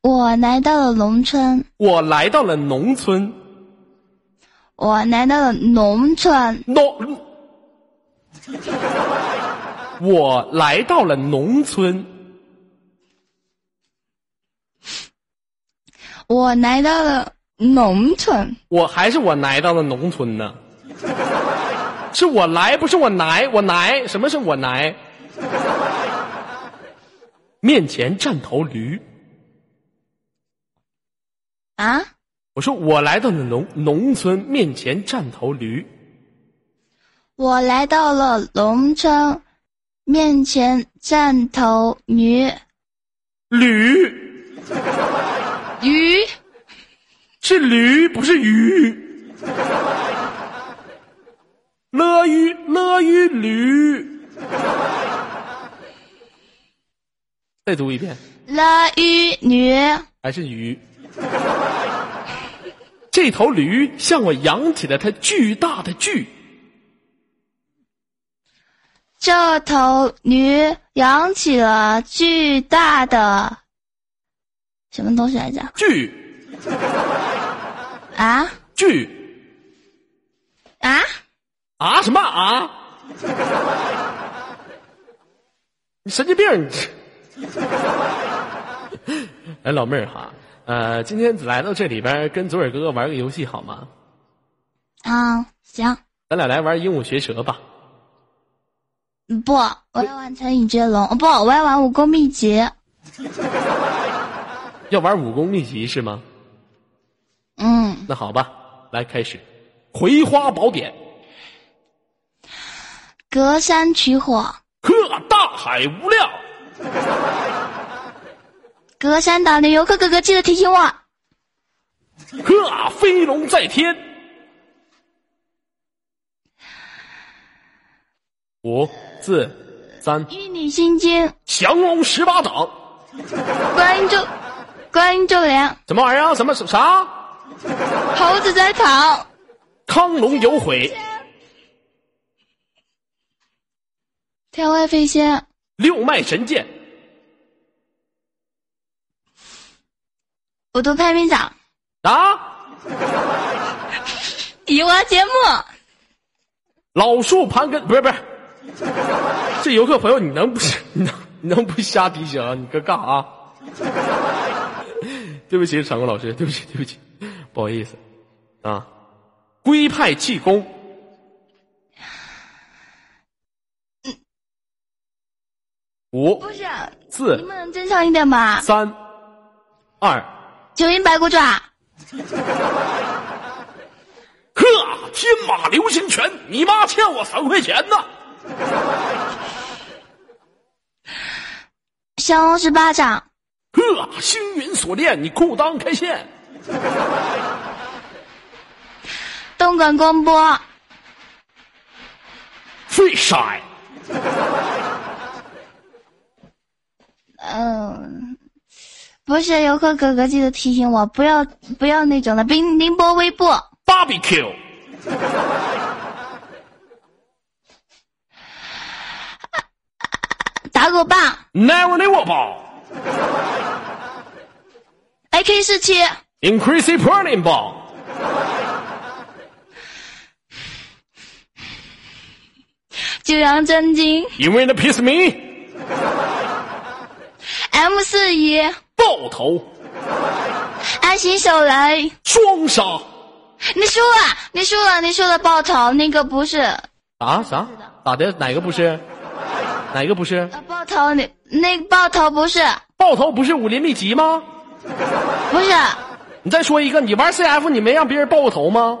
Speaker 5: 我来到了农村，
Speaker 1: 我来到了农村，
Speaker 5: 我来到了农村，
Speaker 1: 农，我来到了农村，
Speaker 5: 我来到了农村，
Speaker 1: 我还是我来到了农村呢。是我来，不是我来，我来，什么是我来？面前站头驴，
Speaker 5: 啊，
Speaker 1: 我说我来到了农农村，面前站头驴，
Speaker 5: 我来到了农村，面前站头驴，
Speaker 1: 驴
Speaker 5: 驴，
Speaker 1: 是驴，不是鱼。 乐于乐于驴，再读一遍。
Speaker 5: 了鱼驴，
Speaker 1: 还是鱼。 这头驴向我扬起了它巨大的锯，
Speaker 5: 这头驴扬起了巨大的什么东西来着？
Speaker 1: 锯
Speaker 5: 啊
Speaker 1: 锯
Speaker 5: 啊！
Speaker 1: 啊什么啊？你神经病！你这哎，老妹儿哈，呃，今天来到这里边儿跟左耳哥哥玩个游戏好吗？
Speaker 5: 啊，行，
Speaker 1: 咱俩来玩鹦鹉学舌吧。
Speaker 5: 嗯不，我要玩成语接龙，哦不，我要玩武功秘籍。
Speaker 1: 要玩武功秘籍是吗？
Speaker 5: 嗯，
Speaker 1: 那好吧，来开始，《葵花宝典》。
Speaker 5: 隔山取火，
Speaker 1: 呵，大海无量，
Speaker 5: 隔山打牛。游客哥哥记得提醒我。
Speaker 1: 呵，飞龙在天。五、四、三，
Speaker 5: 玉女心经，
Speaker 1: 降龙十八掌。
Speaker 5: 观音咒，观音咒莲，
Speaker 1: 什么玩意儿啊？什么什啥？
Speaker 5: 猴子在跑，
Speaker 1: 亢龙有悔，
Speaker 5: 天外飞仙，
Speaker 1: 六脉神剑，
Speaker 5: 五毒排名掌，
Speaker 1: 啊，
Speaker 5: 以我节目，
Speaker 1: 老树盘根，不是不是。这游客朋友，你能不你能你能不瞎提醒啊？你 搁干啥？对不起，场控老师，对不起，对不起，不好意思啊。龟派气功，五
Speaker 5: 不是，
Speaker 1: 四
Speaker 5: 能不能正常一点嘛？
Speaker 1: 三二，
Speaker 5: 九阴白骨爪，
Speaker 1: 呵，天马流星拳，你妈欠我三块钱呢！
Speaker 5: 降龙十八掌，
Speaker 1: 呵，星云锁链，你裤裆开线，
Speaker 5: 东莞公波，
Speaker 1: 废晒。
Speaker 5: 嗯，不是，游客哥哥记得提醒我，不要不要那种的，冰凌波微步，
Speaker 1: barbecue，
Speaker 5: 打狗棒
Speaker 1: never never ball,
Speaker 5: ，AK 四七，
Speaker 1: increasing burning ball，
Speaker 5: 九阳真经
Speaker 1: 因为那 piss me，
Speaker 5: ，M 四一，
Speaker 1: 爆头，
Speaker 5: 安心手雷，
Speaker 1: 双杀，
Speaker 5: 你输了，你输了，你输了，爆头那个不是，呃，
Speaker 1: 啊啥？咋的？哪个不是？哪个不是？
Speaker 5: 爆头你那个爆头不是，
Speaker 1: 爆头不是武林秘籍吗？
Speaker 5: 不是，
Speaker 1: 你再说一个，你玩 CF 你没让别人爆个头吗？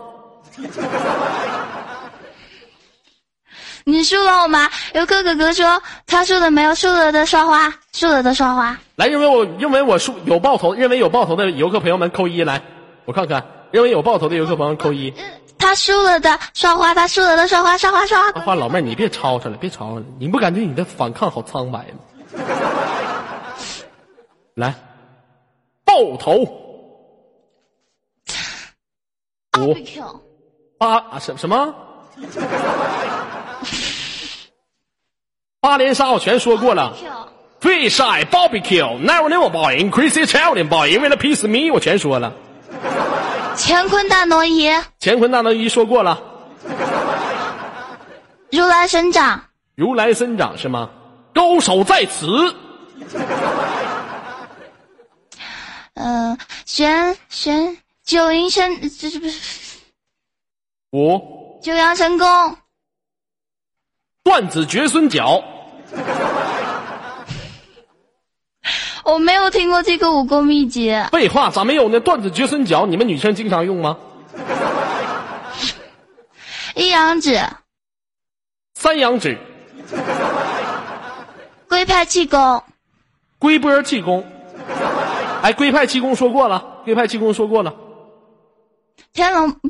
Speaker 5: 你输了我吗？游客哥哥说他输了没有？输了的刷花，输了的刷花。
Speaker 1: 来，认为我认为我输有爆头，认为有爆头的游客朋友们扣一来，我看看，认为有爆头的游客朋友们扣一。
Speaker 5: 他输了的刷花，他输了的刷花，刷花刷
Speaker 1: 花
Speaker 5: 花。
Speaker 1: 花老妹儿，你别吵吵了，别吵吵了，你不感觉你的反抗好苍白吗？ 来，爆头五
Speaker 5: Q，
Speaker 1: 八啊什什么？ 八连杀我全说过了。Free side barbecue, never never boy, crazy children boy，为了 peace me，我全说了。
Speaker 5: 乾坤大挪移，
Speaker 1: 乾坤大挪移说过了，
Speaker 5: 如来神掌，
Speaker 1: 如来神掌是吗？高手在此，
Speaker 5: 嗯、呃，玄玄九阴神，这是不是
Speaker 1: 五
Speaker 5: 九阳神功？
Speaker 1: 断子绝孙脚，
Speaker 5: 我没有听过这个武功秘籍。
Speaker 1: 废话咋没有呢？断子绝孙脚，你们女生经常用吗？
Speaker 5: 一阳指，
Speaker 1: 三阳指、
Speaker 5: 龟派气功，
Speaker 1: 龟波气功，哎，龟派气功说过了，龟派气功说过了，
Speaker 5: 天龙不，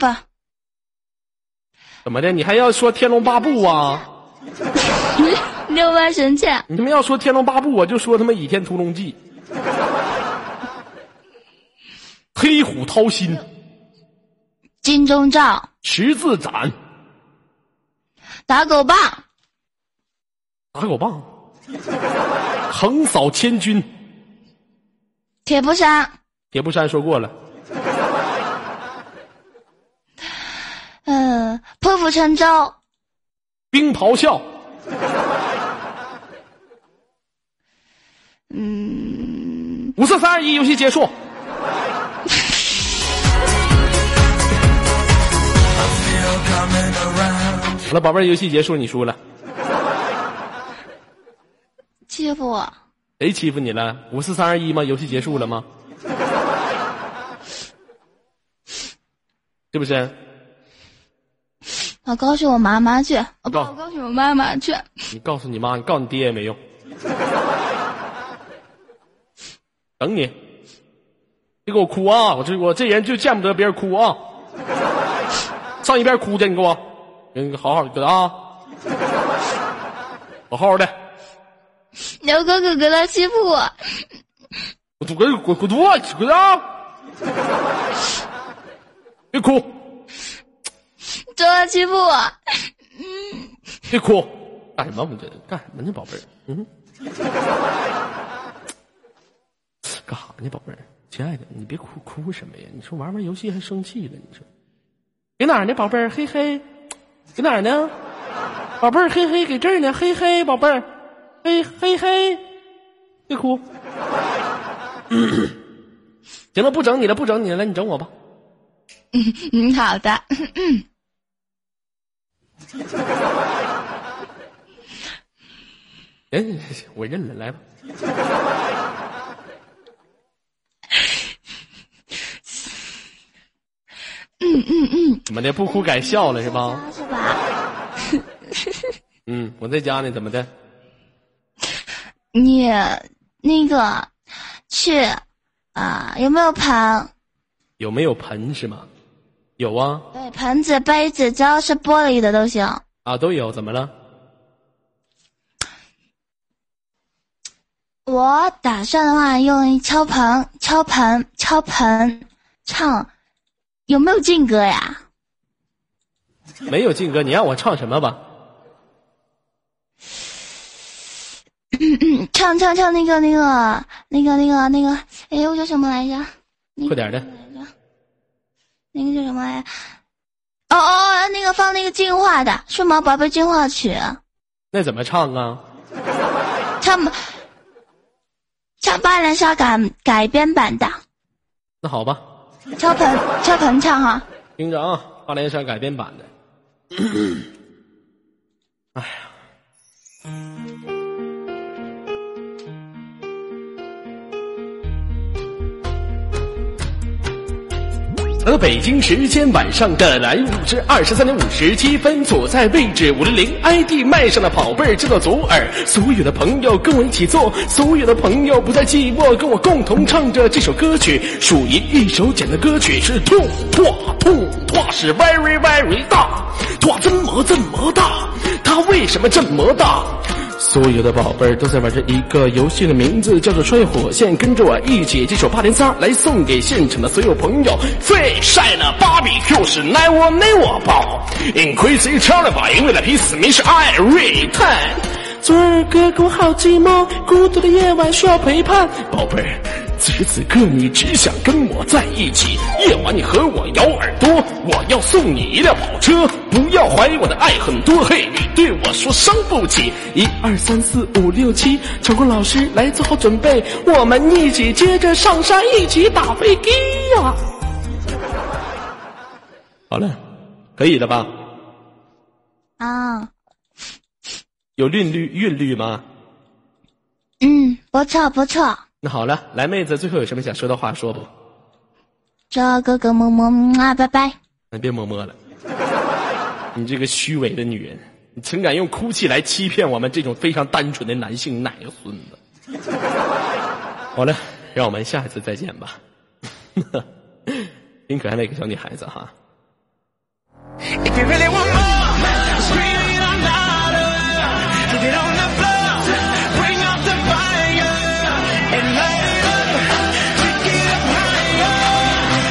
Speaker 1: 怎么的？你还要说《天龙八部》啊？
Speaker 5: 六脉神剑，
Speaker 1: 你他妈要说《天龙八部》，我就说他妈《倚天屠龙记》，黑虎掏心，
Speaker 5: 金钟罩，
Speaker 1: 十字斩，
Speaker 5: 打狗棒，
Speaker 1: 打狗棒，横扫千军。
Speaker 5: 铁布衫，
Speaker 1: 铁布衫说过了，
Speaker 5: 嗯、破釜沉舟，
Speaker 1: 冰咆哮，
Speaker 5: 嗯，
Speaker 1: 五四三二一，游戏结束。好了，宝贝儿，游戏结束，你输了。
Speaker 5: 欺负我，
Speaker 1: 谁欺负你了？五四三二一吗？游戏结束了吗？ 是不是？
Speaker 5: 我告诉我妈妈去，我
Speaker 1: 告
Speaker 5: 我啊告诉我妈妈去，
Speaker 1: 你告诉你妈，你告诉你爹也 没用。等你，别给我哭啊！我这我这人就见不得别人哭啊！上一边哭去，你给我，你好好的啊， 好好的。
Speaker 5: 牛哥哥哥他欺负我，
Speaker 1: 滚滚滚滚犊子，滚 啊！别哭，
Speaker 5: 周二欺负我，
Speaker 1: 别哭，干什么？你这干什么呢，宝贝儿？嗯，干啥呢，宝贝儿？亲爱的，你别哭，哭什么呀？你说玩玩游戏还生气了？你说给哪儿呢，宝贝儿？嘿嘿，给哪儿呢？宝贝儿，嘿嘿，给这儿呢，嘿嘿，宝贝儿，嘿嘿嘿，别哭。 行了，不整你了，不整你了，来，你整我吧。
Speaker 5: 嗯，好的，
Speaker 1: 行，哎我认了，来吧。
Speaker 5: 嗯
Speaker 1: 怎么的？不哭改笑了是吧？
Speaker 5: 是吧？
Speaker 1: 嗯，我在家呢，怎么的？
Speaker 5: 你那个去啊、有没有盆？
Speaker 1: 有没有盆是吗？有啊，
Speaker 5: 对，盆子、杯子，只要是玻璃的都行。
Speaker 1: 啊都有，怎么了？
Speaker 5: 我打算的话，用敲盆、敲盆、敲盆唱，有没有劲歌呀？
Speaker 1: 没有劲歌，你让我唱什么吧？
Speaker 5: 嗯，唱唱唱那个那个那个那个那个，哎，我叫什么来着？那
Speaker 1: 快
Speaker 5: 个
Speaker 1: 点的，
Speaker 5: 那个叫什么来着？哦哦，哦那个放那个进化的《数码宝贝进化曲》，
Speaker 1: 那怎么唱啊？
Speaker 5: 唱唱八连杀改改编版的，
Speaker 1: 那好吧，
Speaker 5: 敲盆敲盆唱哈、
Speaker 1: 听着啊，八连山改编版的。
Speaker 10: Thank
Speaker 1: 和北京时间晚上的来午是二十三点五十七分，所在位置五零零 ID 迈上了宝贝儿，这个左耳。所有的朋友跟我一起做，所有的朋友不再寂寞，跟我共同唱着这首歌曲，属于一首简单歌曲，是痛痛痛痛是 very very 大，哇这么这么大，它为什么这么大？所有的宝贝儿都在玩着一个游戏的名字叫做“摔火线”，跟着我一起这首八零三来送给现场的所有朋友。最帅的芭比 Q 是奈我奈我宝，Increase 超了吧，因为了皮死迷是艾瑞泰。昨儿哥哥我好寂寞，孤独的夜晚需要陪伴，宝贝儿。此时此刻你只想跟我在一起，夜晚你和我咬耳朵，我要送你一辆跑车，不要怀疑我的爱很多，嘿，你对我说伤不起。一二三四五六七，场控老师来做好准备，我们一起接着上山，一起打飞机呀、好了，可以了吧？
Speaker 6: 啊，
Speaker 1: 有韵律韵律吗？
Speaker 6: 嗯，不错不错。
Speaker 1: 那好了，来妹子，最后有什么想说的话说不？
Speaker 6: 这哥哥么么
Speaker 5: 嗯
Speaker 6: 么啊，拜拜。
Speaker 1: 你哎别摸摸了，你这个虚伪的女人，你竟敢用哭泣来欺骗我们这种非常单纯的男性奶孙子。好了，让我们下一次再见吧。 挺可爱的一个小女孩子哈。
Speaker 3: If you really want more, scream it out louder. Get on the floor, bring out the fire and light it up. Take it up higher.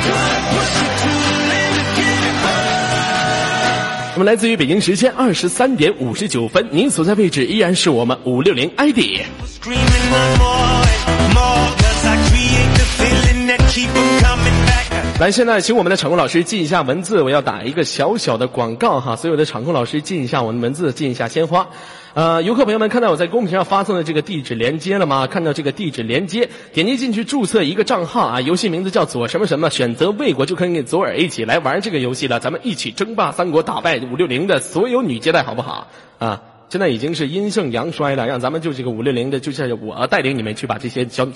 Speaker 3: Wanna push it to the limit, get it up.
Speaker 1: 那么来自于北京时间二十三点五十九分，您所在位置依然是我们五六零 ID。
Speaker 3: Screaming out more and more, 'cause I create the feeling that keep 'em coming back.
Speaker 1: 来，现在请我们的场控老师进一下文字，我要打一个小小的广告哈。所有的场控老师进一下我们文字，进一下鲜花。呃，游客朋友们看到我在公屏上发送的这个地址连接了吗？看到这个地址连接，点击进去注册一个账号啊，游戏名字叫左什么什么，选择魏国就可以跟左耳一起来玩这个游戏了。咱们一起争霸三国，打败五六零的所有女接待，好不好？啊，现在已经是阴盛阳衰了，让咱们就这个五六零的，就是我带领你们去把这些小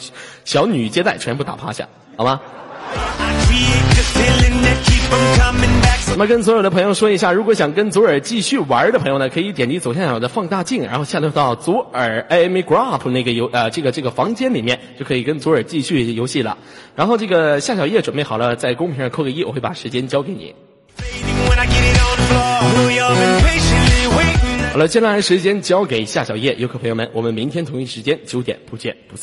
Speaker 1: 小女接待全部打趴下，好吗？
Speaker 3: I create the feeling that keep 'em coming back. So
Speaker 1: 那么跟所有的朋友说一下，如果想跟左耳继续玩的朋友呢，可以点击左下角的放大镜，然后下落到左耳 Amy Group 那个游呃这个这个房间里面，就可以跟左耳继续游戏了。然后这个夏小叶准备好了，在公屏上扣个一，我会把时间交给你。
Speaker 3: fading when I get it on the floor. Will you been patiently waiting?
Speaker 1: 好了，接下来时间交给夏小叶，游客朋友们，我们明天同一时间九点不见不散。